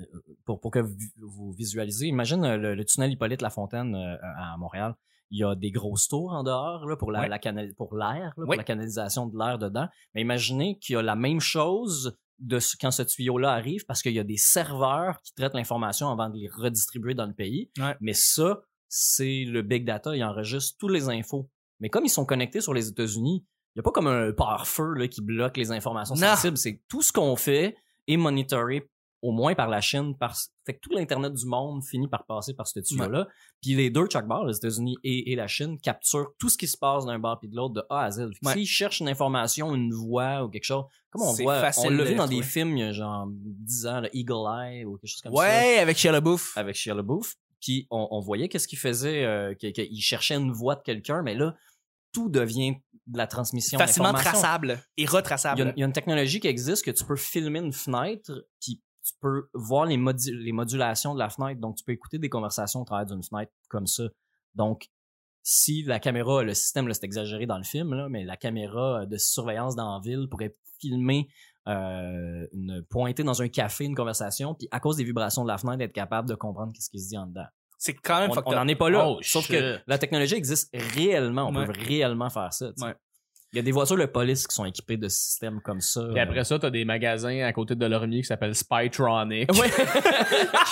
[SPEAKER 3] euh, pour, pour que vous, vous visualisez, imagine euh, le, le tunnel Hippolyte Lafontaine euh, à à Montréal. Il y a des grosses tours en dehors là, pour la,
[SPEAKER 1] Ouais.
[SPEAKER 3] la canali- pour l'air, là, pour
[SPEAKER 1] Ouais.
[SPEAKER 3] la canalisation de l'air dedans. Mais imaginez qu'il y a la même chose de ce- quand ce tuyau-là arrive parce qu'il y a des serveurs qui traitent l'information avant de les redistribuer dans le pays.
[SPEAKER 1] Ouais.
[SPEAKER 3] Mais ça, c'est le big data. Ils enregistrent toutes les infos. Mais comme ils sont connectés sur les États-Unis, il n'y a pas comme un pare-feu là, qui bloque les informations
[SPEAKER 1] Non.
[SPEAKER 3] sensibles. C'est que tout ce qu'on fait est monitoré au moins par la Chine. Par... Fait que tout l'Internet du monde finit par passer par ce tuyau-là. Puis les deux chaque bar, les États-Unis et, et la Chine, capturent tout ce qui se passe d'un bar puis de l'autre de A à Z. Fait que
[SPEAKER 1] Ouais.
[SPEAKER 3] S'ils cherchent une information, une voix ou quelque chose, comme on
[SPEAKER 1] C'est
[SPEAKER 3] voit,
[SPEAKER 1] facile
[SPEAKER 3] on l'a
[SPEAKER 1] de
[SPEAKER 3] vu dans
[SPEAKER 1] retrouver.
[SPEAKER 3] des films, il y a genre 10 ans, là, Eagle Eye ou quelque chose comme ça
[SPEAKER 1] Ouais, avec Shia LaBeouf.
[SPEAKER 3] avec Shia LaBeouf. Puis on, on voyait qu'est-ce qu'il faisait, euh, que- qu'il cherchait une voix de quelqu'un, mais là, tout devient de la transmission
[SPEAKER 1] Facilement
[SPEAKER 3] d'informations.
[SPEAKER 1] traçable et
[SPEAKER 3] Il y, a,
[SPEAKER 1] retraçable.
[SPEAKER 3] une- il y a une technologie qui existe que tu peux filmer une fenêtre, puis tu peux voir les, modi- les modulations de la fenêtre. Donc, tu peux écouter des conversations au travers d'une fenêtre comme ça. Donc, si la caméra, le système, là, c'est exagéré dans le film, là, mais la caméra de surveillance dans la ville pourrait filmer euh, une pointer dans un café une conversation, puis à cause des vibrations de la fenêtre, être capable de comprendre qu'est-ce qui se dit en dedans.
[SPEAKER 1] C'est quand même
[SPEAKER 3] On
[SPEAKER 1] fucked
[SPEAKER 3] on
[SPEAKER 1] up.
[SPEAKER 3] n'en est pas là.
[SPEAKER 2] Oh,
[SPEAKER 3] sauf
[SPEAKER 2] shit.
[SPEAKER 3] que la technologie existe réellement. On peut
[SPEAKER 1] Ouais.
[SPEAKER 3] réellement faire ça. tu sais.
[SPEAKER 1] Ouais.
[SPEAKER 3] Il y a des voitures de police qui sont équipées de systèmes comme ça.
[SPEAKER 2] Puis après ça, t'as des magasins à côté de Lormier qui s'appellent Spytronic.
[SPEAKER 3] Ouais.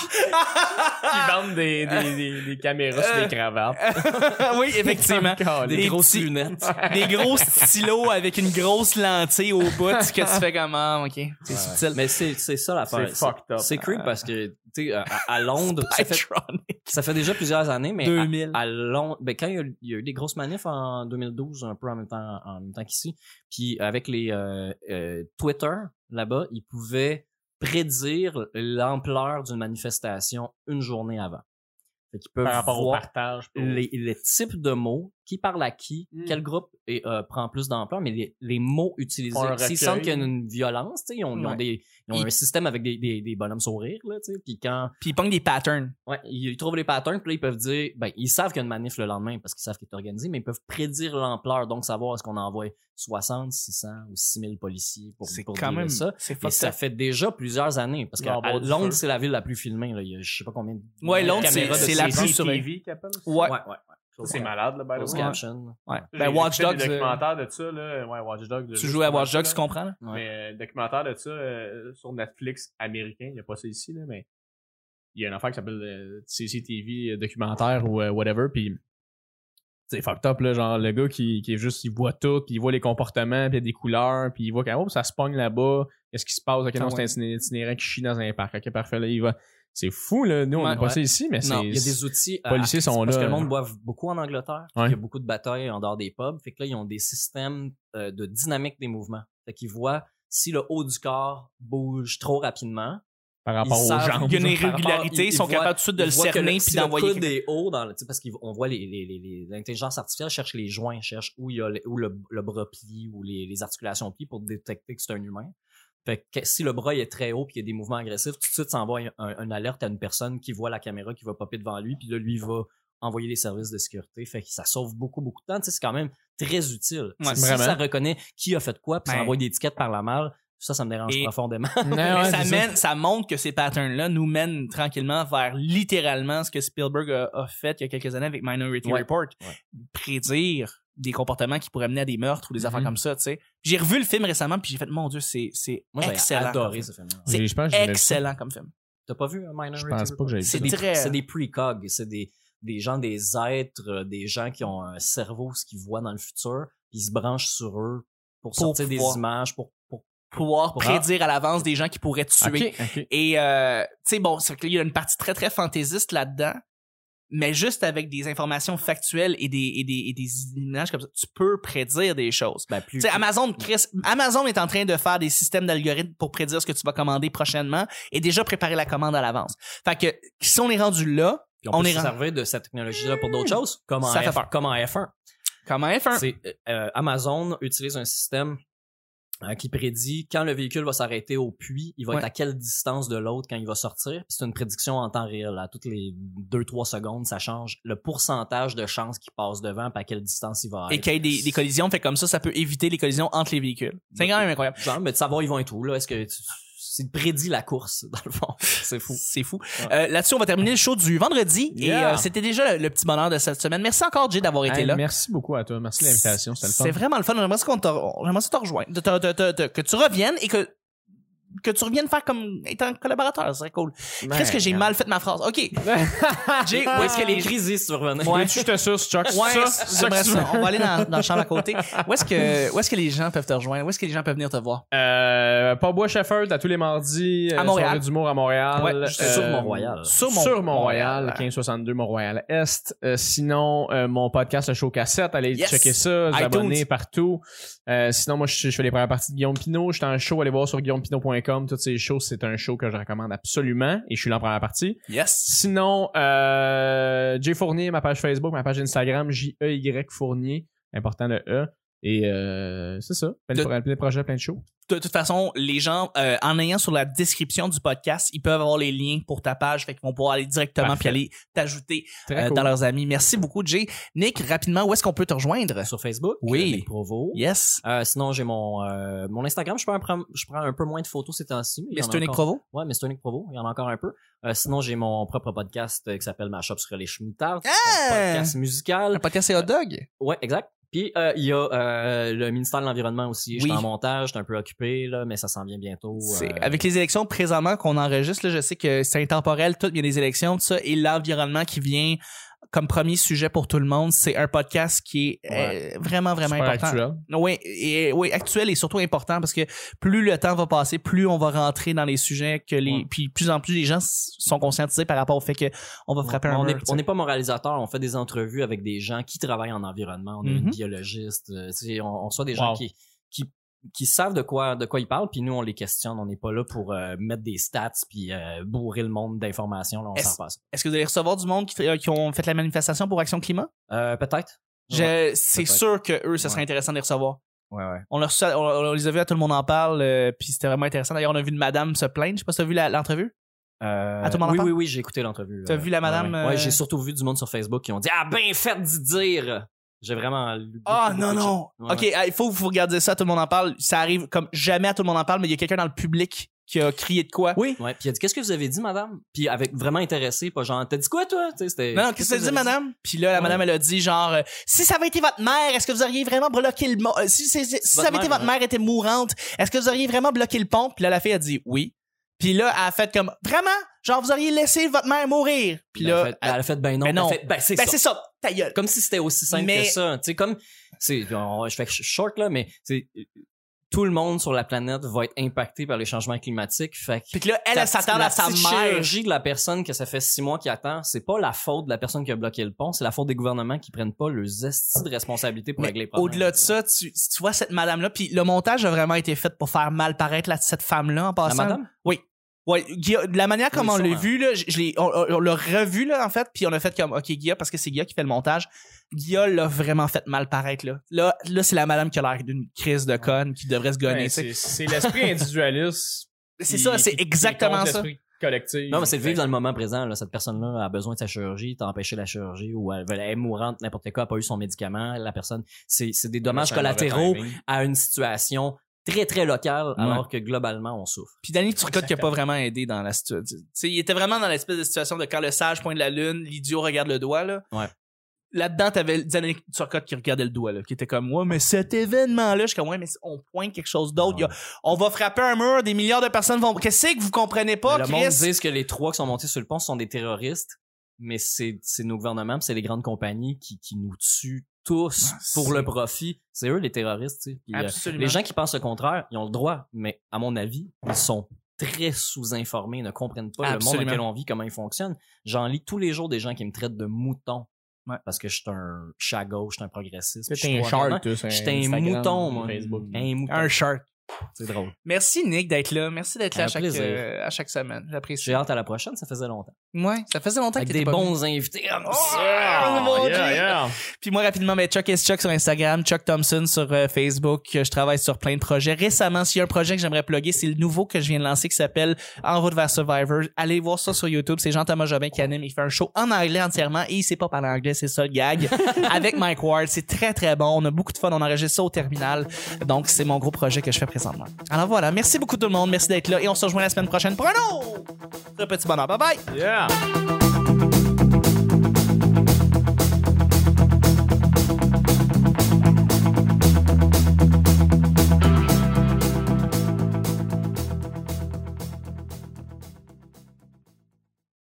[SPEAKER 2] Ils vendent des, des, des, des caméras sur des cravates.
[SPEAKER 1] oui, Euh, effectivement.
[SPEAKER 2] Calé.
[SPEAKER 3] des
[SPEAKER 1] Des
[SPEAKER 3] grosses
[SPEAKER 1] petits-
[SPEAKER 3] lunettes.
[SPEAKER 1] Des gros stylos avec une grosse lentille au bout. Qu'est-ce que tu fais comment? OK. C'est subtil.
[SPEAKER 3] Mais c'est c'est ça l'affaire.
[SPEAKER 2] C'est fucked up.
[SPEAKER 3] C'est creep parce que, tu sais, à, à Londres, ça fait,
[SPEAKER 1] Patron.
[SPEAKER 3] ça fait déjà plusieurs années, mais à-
[SPEAKER 1] 2000.
[SPEAKER 3] à Londres, ben quand il y, a, il y a eu des grosses manifs en 2012, un peu en même temps, en même temps qu'ici, puis avec les euh, euh, Twitter là-bas, ils pouvaient prédire l'ampleur d'une manifestation une journée avant. Fait qu'ils peuvent
[SPEAKER 2] Par rapport au
[SPEAKER 3] voir
[SPEAKER 2] partage. puis au-
[SPEAKER 3] les, les types de mots, qui parle à qui,
[SPEAKER 1] Hmm.
[SPEAKER 2] Mm.
[SPEAKER 3] quel groupe et, euh, prend plus d'ampleur, mais les, les mots utilisés.
[SPEAKER 2] Font un
[SPEAKER 3] S'ils
[SPEAKER 2] recueil.
[SPEAKER 3] sentent qu'il y a une violence, tu sais, ils ont, ils ont
[SPEAKER 1] Ouais.
[SPEAKER 3] des, ils ont
[SPEAKER 1] Ils-
[SPEAKER 3] un système avec des, des, des bonhommes sourires, là, tu sais, puis quand
[SPEAKER 1] Puis ils pognent des patterns.
[SPEAKER 3] Ouais, ils trouvent les patterns, puis là, ils peuvent dire, ben, ils savent qu'il y a une manif le lendemain parce qu'ils savent qu'il est organisé, mais ils peuvent prédire l'ampleur, donc savoir est-ce qu'on envoie 60, 600 ou 6000 policiers pour,
[SPEAKER 1] C'est
[SPEAKER 3] pour
[SPEAKER 1] quand
[SPEAKER 3] dealer
[SPEAKER 1] même.
[SPEAKER 3] ça.
[SPEAKER 1] C'est
[SPEAKER 3] Et
[SPEAKER 1] fucked
[SPEAKER 3] ça
[SPEAKER 1] up.
[SPEAKER 3] fait déjà plusieurs années, parce que
[SPEAKER 2] Ah, bon,
[SPEAKER 3] à
[SPEAKER 2] du
[SPEAKER 3] Londres,
[SPEAKER 2] feu.
[SPEAKER 3] c'est la ville la plus filmée, là. Il y a, je sais pas combien de
[SPEAKER 1] Ouais, Londres, c'est
[SPEAKER 3] caméras de
[SPEAKER 1] c'est la
[SPEAKER 3] CCTV.
[SPEAKER 1] plus surveillée.
[SPEAKER 2] qu'ils appellent ça?
[SPEAKER 1] Ouais.
[SPEAKER 3] Ouais, ouais, ouais.
[SPEAKER 2] Ça, C'est malade, là, by the
[SPEAKER 3] Close
[SPEAKER 2] way.
[SPEAKER 3] caption.
[SPEAKER 1] ouais.
[SPEAKER 2] J'ai-
[SPEAKER 1] Ben,
[SPEAKER 2] j'ai
[SPEAKER 1] Watch
[SPEAKER 2] fait
[SPEAKER 1] Dogs.
[SPEAKER 2] Des
[SPEAKER 1] euh,
[SPEAKER 2] documentaires de ça, là. Ouais, Watch Dogs.
[SPEAKER 1] Tu
[SPEAKER 2] là,
[SPEAKER 1] joues à
[SPEAKER 2] justement,
[SPEAKER 1] Watch Dogs,
[SPEAKER 2] là.
[SPEAKER 1] tu comprends? là?
[SPEAKER 3] Ouais.
[SPEAKER 2] Mais euh, documentaire de ça euh, sur Netflix américain, il n'y a pas ça ici, là, mais il y a une affaire qui s'appelle euh, CCTV euh, documentaire ou euh, whatever, puis c'est fucked up, là, genre le gars qui, qui est juste, il voit tout, puis il voit les comportements, puis il y a des couleurs, puis il voit quand oh, ça se pogne là-bas, qu'est-ce qui se passe, ok,
[SPEAKER 1] Ah
[SPEAKER 2] non, c'est
[SPEAKER 1] ouais.
[SPEAKER 2] un itiné- itinérant qui chie dans un parc, ok, parfait, là, il va. C'est fou, là, nous, on
[SPEAKER 1] Ouais,
[SPEAKER 2] n'a pas ça
[SPEAKER 1] ouais.
[SPEAKER 2] ici, mais c'est.
[SPEAKER 1] Non,
[SPEAKER 3] Il y a des outils. à-
[SPEAKER 2] policiers
[SPEAKER 3] à-
[SPEAKER 2] sont
[SPEAKER 3] parce
[SPEAKER 2] là,
[SPEAKER 3] que le monde
[SPEAKER 2] hein.
[SPEAKER 3] boive beaucoup en Angleterre. puis
[SPEAKER 2] Ouais.
[SPEAKER 3] Il y a beaucoup de batailles en dehors des pubs. Fait que là, ils ont des systèmes euh, de dynamique des mouvements. Fait qu'ils voient si le haut du corps bouge trop rapidement.
[SPEAKER 2] par rapport
[SPEAKER 3] ils
[SPEAKER 2] aux
[SPEAKER 3] savent
[SPEAKER 2] gens.
[SPEAKER 1] Ah, Il y a une
[SPEAKER 3] Par rapport-
[SPEAKER 1] irrégularité,
[SPEAKER 3] ils-
[SPEAKER 1] ils
[SPEAKER 3] ils
[SPEAKER 1] sont
[SPEAKER 3] voient-
[SPEAKER 1] capables tout de suite de
[SPEAKER 3] ils
[SPEAKER 1] le
[SPEAKER 3] voient que
[SPEAKER 1] cerner
[SPEAKER 3] si
[SPEAKER 1] puis
[SPEAKER 3] le
[SPEAKER 1] d'envoyer.
[SPEAKER 3] coude est haut dans le, tu sais, parce qu'on voit les, les, les, les- l'intelligence artificielle cherche les joints, cherche où il y a le, où le, le bras plie ou les, les articulations plient pour détecter que c'est un humain. Fait que si le bras il est très haut puis il y a des mouvements agressifs, tout de suite ça envoie un, un- une alerte à une personne qui voit la caméra qui va popper devant lui puis là lui il va envoyer les services de sécurité. Fait que ça sauve beaucoup beaucoup de temps. Tu sais, c'est quand même très utile.
[SPEAKER 1] Ouais,
[SPEAKER 3] si
[SPEAKER 2] vraiment.
[SPEAKER 3] ça reconnaît qui a fait quoi puis ça
[SPEAKER 1] Ben.
[SPEAKER 3] envoie des étiquettes par la malle, ça ça me dérange
[SPEAKER 1] Et-
[SPEAKER 3] profondément.
[SPEAKER 2] Non,
[SPEAKER 1] Mais
[SPEAKER 2] ouais,
[SPEAKER 1] ça,
[SPEAKER 2] c'est
[SPEAKER 1] mène, ça montre que ces patterns-là nous mènent tranquillement vers littéralement ce que Spielberg a, a fait il y a quelques années avec Minority
[SPEAKER 3] Ouais.
[SPEAKER 1] Report.
[SPEAKER 3] Ouais.
[SPEAKER 1] Prédire des comportements qui pourraient mener à des meurtres ou des affaires
[SPEAKER 2] Mhm.
[SPEAKER 1] comme ça, tu sais. J'ai revu le film récemment puis j'ai fait, mon Dieu, c'est c'est
[SPEAKER 3] Moi j'ai
[SPEAKER 1] excellent.
[SPEAKER 3] adoré
[SPEAKER 1] comme
[SPEAKER 3] ce film.
[SPEAKER 1] C'est
[SPEAKER 2] J'ai- je pense que j'ai vu ça.
[SPEAKER 1] Excellent comme film.
[SPEAKER 3] T'as pas vu euh, Minority
[SPEAKER 2] Je pense pas
[SPEAKER 3] Report?
[SPEAKER 2] que j'ai vu
[SPEAKER 1] C'est
[SPEAKER 2] ça.
[SPEAKER 3] C'est des,
[SPEAKER 1] très-
[SPEAKER 3] c'est des precogs, c'est des, des gens, des êtres, euh, des gens qui ont un cerveau, ce qu'ils voient dans le futur, puis ils se branchent sur eux pour,
[SPEAKER 1] Pour
[SPEAKER 3] sortir
[SPEAKER 1] pouvoir-
[SPEAKER 3] des images, pour, pour
[SPEAKER 1] Pouvoir
[SPEAKER 3] Bravo.
[SPEAKER 1] prédire à l'avance des gens qui pourraient tuer.
[SPEAKER 2] Ok, ok.
[SPEAKER 1] Et, euh, tu sais, bon, c'est qu'il y a une partie très, très fantaisiste là-dedans, mais juste avec des informations factuelles et des, et des, et des images comme ça, tu peux prédire des choses.
[SPEAKER 3] ben, plus.
[SPEAKER 1] Tu sais, Amazon, Chris, Amazon est en train de faire des systèmes d'algorithmes pour prédire ce que tu vas commander prochainement et déjà préparer la commande à l'avance. Fait que, si on est rendu là,
[SPEAKER 3] puis on,
[SPEAKER 1] on
[SPEAKER 3] peut
[SPEAKER 1] est
[SPEAKER 3] se
[SPEAKER 1] rendu- Hmm.
[SPEAKER 3] servir de cette technologie-là pour d'autres choses, comme en,
[SPEAKER 1] Ça fait Hmm.
[SPEAKER 3] F, comme en F1.
[SPEAKER 1] comment F1?
[SPEAKER 3] C'est, euh, euh, Amazon utilise un système euh, qui prédit quand le véhicule va s'arrêter au puits, il va
[SPEAKER 1] Ouais.
[SPEAKER 3] être à quelle distance de l'autre quand il va sortir. Puis c'est une prédiction en temps réel. À toutes les 2-3 secondes, ça change le pourcentage de chances qu'il passe devant puis à quelle distance il va
[SPEAKER 1] Et
[SPEAKER 3] être.
[SPEAKER 1] qu'il y ait des, des collisions, fait comme ça, ça peut éviter les collisions entre les véhicules. C'est quand même incroyable.
[SPEAKER 3] Genre, mais de savoir ils vont être où, là. Est-ce que tu- c'est prédit la course, dans le fond. C'est fou.
[SPEAKER 1] C'est fou.
[SPEAKER 3] Ouais.
[SPEAKER 1] Euh, Là-dessus, on va terminer le show du vendredi. Et
[SPEAKER 2] Yeah.
[SPEAKER 1] euh, c'était déjà le, le petit bonheur de cette semaine. Merci encore, Jay, d'avoir été
[SPEAKER 2] Hey,
[SPEAKER 1] là.
[SPEAKER 2] Merci beaucoup à toi. Merci de l'invitation. C'était le fun.
[SPEAKER 1] C'est vraiment le fun. J'aimerais ça qu'on te, j'aimerais ça te rejoindre. De- de- de- de- de- que tu reviennes et que, que tu reviennes faire comme étant collaborateur. Ce serait cool. Qu'est-ce que j'ai mal fait ma phrase? OK. Jay,
[SPEAKER 3] Où est-ce que les crises survenaient?
[SPEAKER 2] Ouais, tu te suces, Chuck.
[SPEAKER 1] Ouais,
[SPEAKER 2] Ça, ça que
[SPEAKER 1] j'aimerais
[SPEAKER 2] tu
[SPEAKER 1] ça.
[SPEAKER 2] veux.
[SPEAKER 1] On va aller dans, dans la chambre à côté. Où est-ce que, où est-ce que les gens peuvent te rejoindre? Où est-ce que les gens peuvent venir te voir?
[SPEAKER 2] Euh, Pabbois Sheffield à tous les mardis.
[SPEAKER 1] À
[SPEAKER 2] euh,
[SPEAKER 1] Montréal.
[SPEAKER 2] soirée d'humour à Montréal. Euh,
[SPEAKER 1] Ouais, juste
[SPEAKER 3] sur Mont-Royal.
[SPEAKER 1] Euh, Sur
[SPEAKER 2] Sur,
[SPEAKER 1] Mont-
[SPEAKER 2] Mont-Royal,
[SPEAKER 1] Mont-Royal.
[SPEAKER 2] 1562 Mont-Royal Est. Euh, sinon, euh, mon podcast, le show cassette, allez
[SPEAKER 1] Yes.
[SPEAKER 2] checker ça, vous
[SPEAKER 1] iTunes.
[SPEAKER 2] abonner partout. Euh, sinon, moi, je, je fais les premières parties de Guillaume Pinot. J'étais en show, allez voir sur guillaumepinot.com. Toutes ces shows, c'est un show que je recommande absolument. Et je suis là en première partie.
[SPEAKER 1] Yes.
[SPEAKER 2] Sinon, euh, Jay Fournier, ma page Facebook, ma page Instagram, J-E-Y Fournier, important le E. Et euh, c'est ça. Plein de,
[SPEAKER 1] De-
[SPEAKER 2] pro- plein de projets, plein de shows.
[SPEAKER 1] De toute façon, les gens, euh, en ayant sur la description du podcast, ils peuvent avoir les liens pour ta page, fait qu'ils vont pouvoir aller directement puis
[SPEAKER 2] Parfait.
[SPEAKER 1] aller t'ajouter
[SPEAKER 2] Très
[SPEAKER 1] euh,
[SPEAKER 2] cool.
[SPEAKER 1] dans leurs amis. Merci beaucoup, Jay. Nick, rapidement, où est-ce qu'on peut te rejoindre?
[SPEAKER 3] euh, Sur Facebook,
[SPEAKER 1] Oui.
[SPEAKER 3] Nick Provo.
[SPEAKER 1] Yes.
[SPEAKER 3] Euh, sinon, j'ai mon, euh, mon Instagram. Je prends, un, pre- je prends un peu moins de photos ces temps-ci. mais il y en a
[SPEAKER 1] Mr. Nick
[SPEAKER 3] encore-
[SPEAKER 1] Provo.
[SPEAKER 3] Ouais, Mr. Nick Provo. Il y en a encore un peu. Euh, sinon, j'ai mon propre podcast euh, qui s'appelle Ma Shop sur les chemoutards. C'est
[SPEAKER 1] Ah!
[SPEAKER 3] un podcast musical.
[SPEAKER 1] Un podcast, c'est Hot Dog.
[SPEAKER 3] Ouais, exact. Puis euh, il y a euh, le ministère de l'Environnement aussi. Je suis
[SPEAKER 1] Oui.
[SPEAKER 3] en montage, je suis un peu occupé, là, mais ça s'en vient bientôt.
[SPEAKER 1] C'est-
[SPEAKER 3] euh,
[SPEAKER 1] Avec les élections présentement qu'on enregistre, là, je sais que c'est intemporel, tout, il y a des élections, tout ça, et l'environnement qui vient comme premier sujet pour tout le monde, c'est un podcast qui est
[SPEAKER 2] Ouais.
[SPEAKER 1] euh, vraiment, vraiment
[SPEAKER 2] Super
[SPEAKER 1] important.
[SPEAKER 2] actuel.
[SPEAKER 1] Oui, et, oui, actuel et surtout important parce que plus le temps va passer, plus on va rentrer dans les sujets que les.
[SPEAKER 3] Ouais.
[SPEAKER 1] Puis plus en plus les gens s- sont conscientisés par rapport au fait que on va frapper un
[SPEAKER 3] on
[SPEAKER 1] mur,
[SPEAKER 3] est-
[SPEAKER 1] tu sais.
[SPEAKER 3] on n'est pas moralisateur, on fait des entrevues avec des gens qui travaillent en environnement, on est
[SPEAKER 1] Mhm.
[SPEAKER 3] une biologiste, euh, tu sais, on, on reçoit des gens
[SPEAKER 2] Wow.
[SPEAKER 3] qui, qui, qui savent de quoi, de quoi ils parlent, puis nous on les questionne, on n'est pas là pour euh, mettre des stats puis euh, bourrer le monde d'informations, là, on
[SPEAKER 1] Est-ce-
[SPEAKER 3] s'en passe.
[SPEAKER 1] Est-ce que vous allez recevoir du monde qui, euh, qui ont fait la manifestation pour Action Climat?
[SPEAKER 3] Euh, Peut-être.
[SPEAKER 1] Je-
[SPEAKER 3] Ouais,
[SPEAKER 1] c'est
[SPEAKER 3] peut-être.
[SPEAKER 1] sûr que eux, ça serait
[SPEAKER 3] Ouais.
[SPEAKER 1] intéressant de les recevoir.
[SPEAKER 3] ouais, ouais.
[SPEAKER 1] On, leur- on- on les a vus à Tout le monde en parle, euh, puis c'était vraiment intéressant. D'ailleurs, on a vu une madame se plaindre. Je sais pas si t'as vu la- l'entrevue.
[SPEAKER 3] Euh,
[SPEAKER 1] À tout le monde en
[SPEAKER 3] oui,
[SPEAKER 1] parle?
[SPEAKER 3] oui, oui, j'ai écouté l'entrevue.
[SPEAKER 1] T'as
[SPEAKER 3] euh,
[SPEAKER 1] vu la
[SPEAKER 3] ouais,
[SPEAKER 1] madame,
[SPEAKER 3] Ouais,
[SPEAKER 1] euh,
[SPEAKER 3] Ouais, j'ai surtout vu du monde sur Facebook qui ont dit Ah, ben, faites d'y dire J'ai vraiment lu.
[SPEAKER 1] Ah non,
[SPEAKER 3] beaucoup, beaucoup de
[SPEAKER 1] non.
[SPEAKER 3] choses. Ouais,
[SPEAKER 1] ok,
[SPEAKER 3] ouais.
[SPEAKER 1] ah, il faut vous regarder ça, Tout le monde en parle. Ça arrive comme jamais à Tout le monde en parle, mais il y a quelqu'un dans le public qui a crié de quoi.
[SPEAKER 3] Oui. Ouais, puis il a dit Qu'est-ce que vous avez dit, madame Puis avec vraiment intéressé, pas genre T'as dit quoi, toi Tu sais, c'était-
[SPEAKER 1] Non, non, qu'est-ce que
[SPEAKER 3] vous
[SPEAKER 1] ça dit,
[SPEAKER 3] avez
[SPEAKER 1] madame? Puis là, la
[SPEAKER 3] Ouais.
[SPEAKER 1] madame, elle a dit, genre, euh, si ça avait été votre mère, est-ce que vous auriez vraiment bloqué le mont- euh, si, c'est- c'est- si ça
[SPEAKER 3] Votre
[SPEAKER 1] avait été
[SPEAKER 3] mère,
[SPEAKER 1] votre mère était mourante, est-ce que vous auriez vraiment bloqué le pont? Puis là, la fille a dit oui. Puis là, elle a fait comme, vraiment? Genre, vous auriez laissé votre mère mourir. Puis
[SPEAKER 3] Puis
[SPEAKER 1] là,
[SPEAKER 3] là, elle a fait, elle a fait ben non.
[SPEAKER 1] Ben non.
[SPEAKER 3] Elle a fait, ben c'est
[SPEAKER 1] ben
[SPEAKER 3] ça.
[SPEAKER 1] c'est ça, ta gueule.
[SPEAKER 3] Comme si c'était aussi simple
[SPEAKER 1] Mais-
[SPEAKER 3] que ça. Tu sais, comme. c'est- on- je fais short, là, mais c'est. Tout le monde sur la planète va être impacté par les changements climatiques. Fait que
[SPEAKER 1] Puis que là, elle,
[SPEAKER 3] Ta
[SPEAKER 1] elle s'attarde
[SPEAKER 3] petite-
[SPEAKER 1] à sa
[SPEAKER 3] La petite
[SPEAKER 1] mère.
[SPEAKER 3] chirurgie de la personne que ça fait six mois qui attend, c'est pas la faute de la personne qui a bloqué le pont, c'est la faute des gouvernements qui prennent pas leurs estis de responsabilité pour
[SPEAKER 1] Mais
[SPEAKER 3] régler les problèmes.
[SPEAKER 1] Au-delà de ça, tu, tu vois cette madame-là, puis le montage a vraiment été fait pour faire mal paraître la- cette femme-là en
[SPEAKER 3] La
[SPEAKER 1] passant.
[SPEAKER 3] Ah, madame?
[SPEAKER 1] Ouais, Guilla, de la manière comme
[SPEAKER 3] Oui,
[SPEAKER 1] on l'a
[SPEAKER 3] sûrement.
[SPEAKER 1] vu, là, je, je l'ai- on, on- on l'a revu, là, en fait, puis on a fait comme, OK, Guilla, parce que c'est Guilla qui fait le montage, Guilla l'a vraiment fait mal paraître, là. Là, là c'est la madame qui a l'air d'une crise de conne, qui devrait se gonner,
[SPEAKER 2] Ouais,
[SPEAKER 1] tu sais.
[SPEAKER 2] Ben, c'est c'est l'esprit individualiste.
[SPEAKER 1] C'est
[SPEAKER 2] qui-
[SPEAKER 1] ça, c'est
[SPEAKER 2] qui- qui
[SPEAKER 1] exactement
[SPEAKER 2] contre
[SPEAKER 1] ça.
[SPEAKER 2] l'esprit collectif.
[SPEAKER 3] Non, mais c'est le vivre dans le moment présent. Là. Cette personne-là a besoin de sa chirurgie, t'as empêché la chirurgie, ou elle, elle est mourante, n'importe quoi, elle a pas eu son médicament. La personne, c'est c'est des dommages
[SPEAKER 2] C'est un mauvais
[SPEAKER 3] collatéraux
[SPEAKER 2] timing.
[SPEAKER 3] à une situation très, très locale,
[SPEAKER 2] Ouais.
[SPEAKER 3] alors que globalement, on souffre.
[SPEAKER 1] Puis Danny Turcotte qui a pas vraiment aidé dans la situation. Il était vraiment dans l'espèce de situation de quand le sage pointe la lune, l'idiot regarde le doigt. Là.
[SPEAKER 3] Ouais.
[SPEAKER 1] Là-dedans, t'avais Danny Turcotte qui regardait le doigt, là, qui était comme, ouais, mais cet événement-là, je suis comme, ouais, mais on pointe quelque chose d'autre. Il y a- On va frapper un mur, des milliards de personnes vont. Qu'est-ce que vous comprenez pas,
[SPEAKER 3] le monde
[SPEAKER 1] Chris?
[SPEAKER 3] dit que les trois qui sont montés sur le pont sont des terroristes, mais c'est c'est nos gouvernements, puis c'est les grandes compagnies qui, qui nous tuent tous
[SPEAKER 1] Ah,
[SPEAKER 3] pour
[SPEAKER 1] c'est-
[SPEAKER 3] le profit. C'est eux les terroristes. tu sais. Puis, euh,
[SPEAKER 1] Absolument.
[SPEAKER 3] les gens qui pensent le contraire, ils ont le droit, mais à mon avis, ils sont très sous-informés, ne comprennent pas le monde
[SPEAKER 1] Absolument.
[SPEAKER 3] dans lequel on vit, comment il fonctionne. J'en lis tous les jours des gens qui me traitent de mouton.
[SPEAKER 1] Ouais.
[SPEAKER 3] Parce que je suis un chat à gauche, je suis un progressiste. puis je
[SPEAKER 2] J'étais
[SPEAKER 3] suis
[SPEAKER 2] un
[SPEAKER 3] probablement-
[SPEAKER 2] shark, toi, sur
[SPEAKER 3] J'étais un
[SPEAKER 2] Instagram,
[SPEAKER 3] mouton, moi.
[SPEAKER 2] Facebook.
[SPEAKER 3] Un mouton.
[SPEAKER 1] Un shark.
[SPEAKER 3] C'est drôle.
[SPEAKER 1] Merci, Nick, d'être là. Merci d'être là
[SPEAKER 3] Un
[SPEAKER 1] à chaque,
[SPEAKER 3] plaisir.
[SPEAKER 1] euh, à chaque semaine. J'apprécie.
[SPEAKER 3] J'ai hâte à la prochaine, ça faisait longtemps.
[SPEAKER 1] Ouais, ça faisait longtemps que
[SPEAKER 3] Avec
[SPEAKER 1] t'étais
[SPEAKER 3] des
[SPEAKER 1] pas venu.
[SPEAKER 3] bons invités. comme
[SPEAKER 1] Oh,
[SPEAKER 3] ça.
[SPEAKER 1] Ah, mon Dieu.
[SPEAKER 2] yeah, yeah.
[SPEAKER 1] Puis moi, rapidement, ben, Chuck S. Chuck sur Instagram, Chuck Thompson sur euh, Facebook. Euh, Je travaille sur plein de projets. Récemment, s'il y a un projet que j'aimerais plugger, c'est le nouveau que je viens de lancer qui s'appelle En route vers Survivor. Allez voir ça sur YouTube. C'est Jean-Thomas Jobin qui anime. Il fait un show en anglais entièrement et il sait pas parler anglais. C'est ça le gag. Avec Mike Ward. C'est très, très bon. On a beaucoup de fun. On enregistre ça au terminal. Donc, c'est mon gros projet que je fais présentement. Alors voilà. Merci beaucoup tout le monde. Merci d'être là et on se rejoint la semaine prochaine pour un autre petit bonheur. Bye bye!
[SPEAKER 2] Yeah.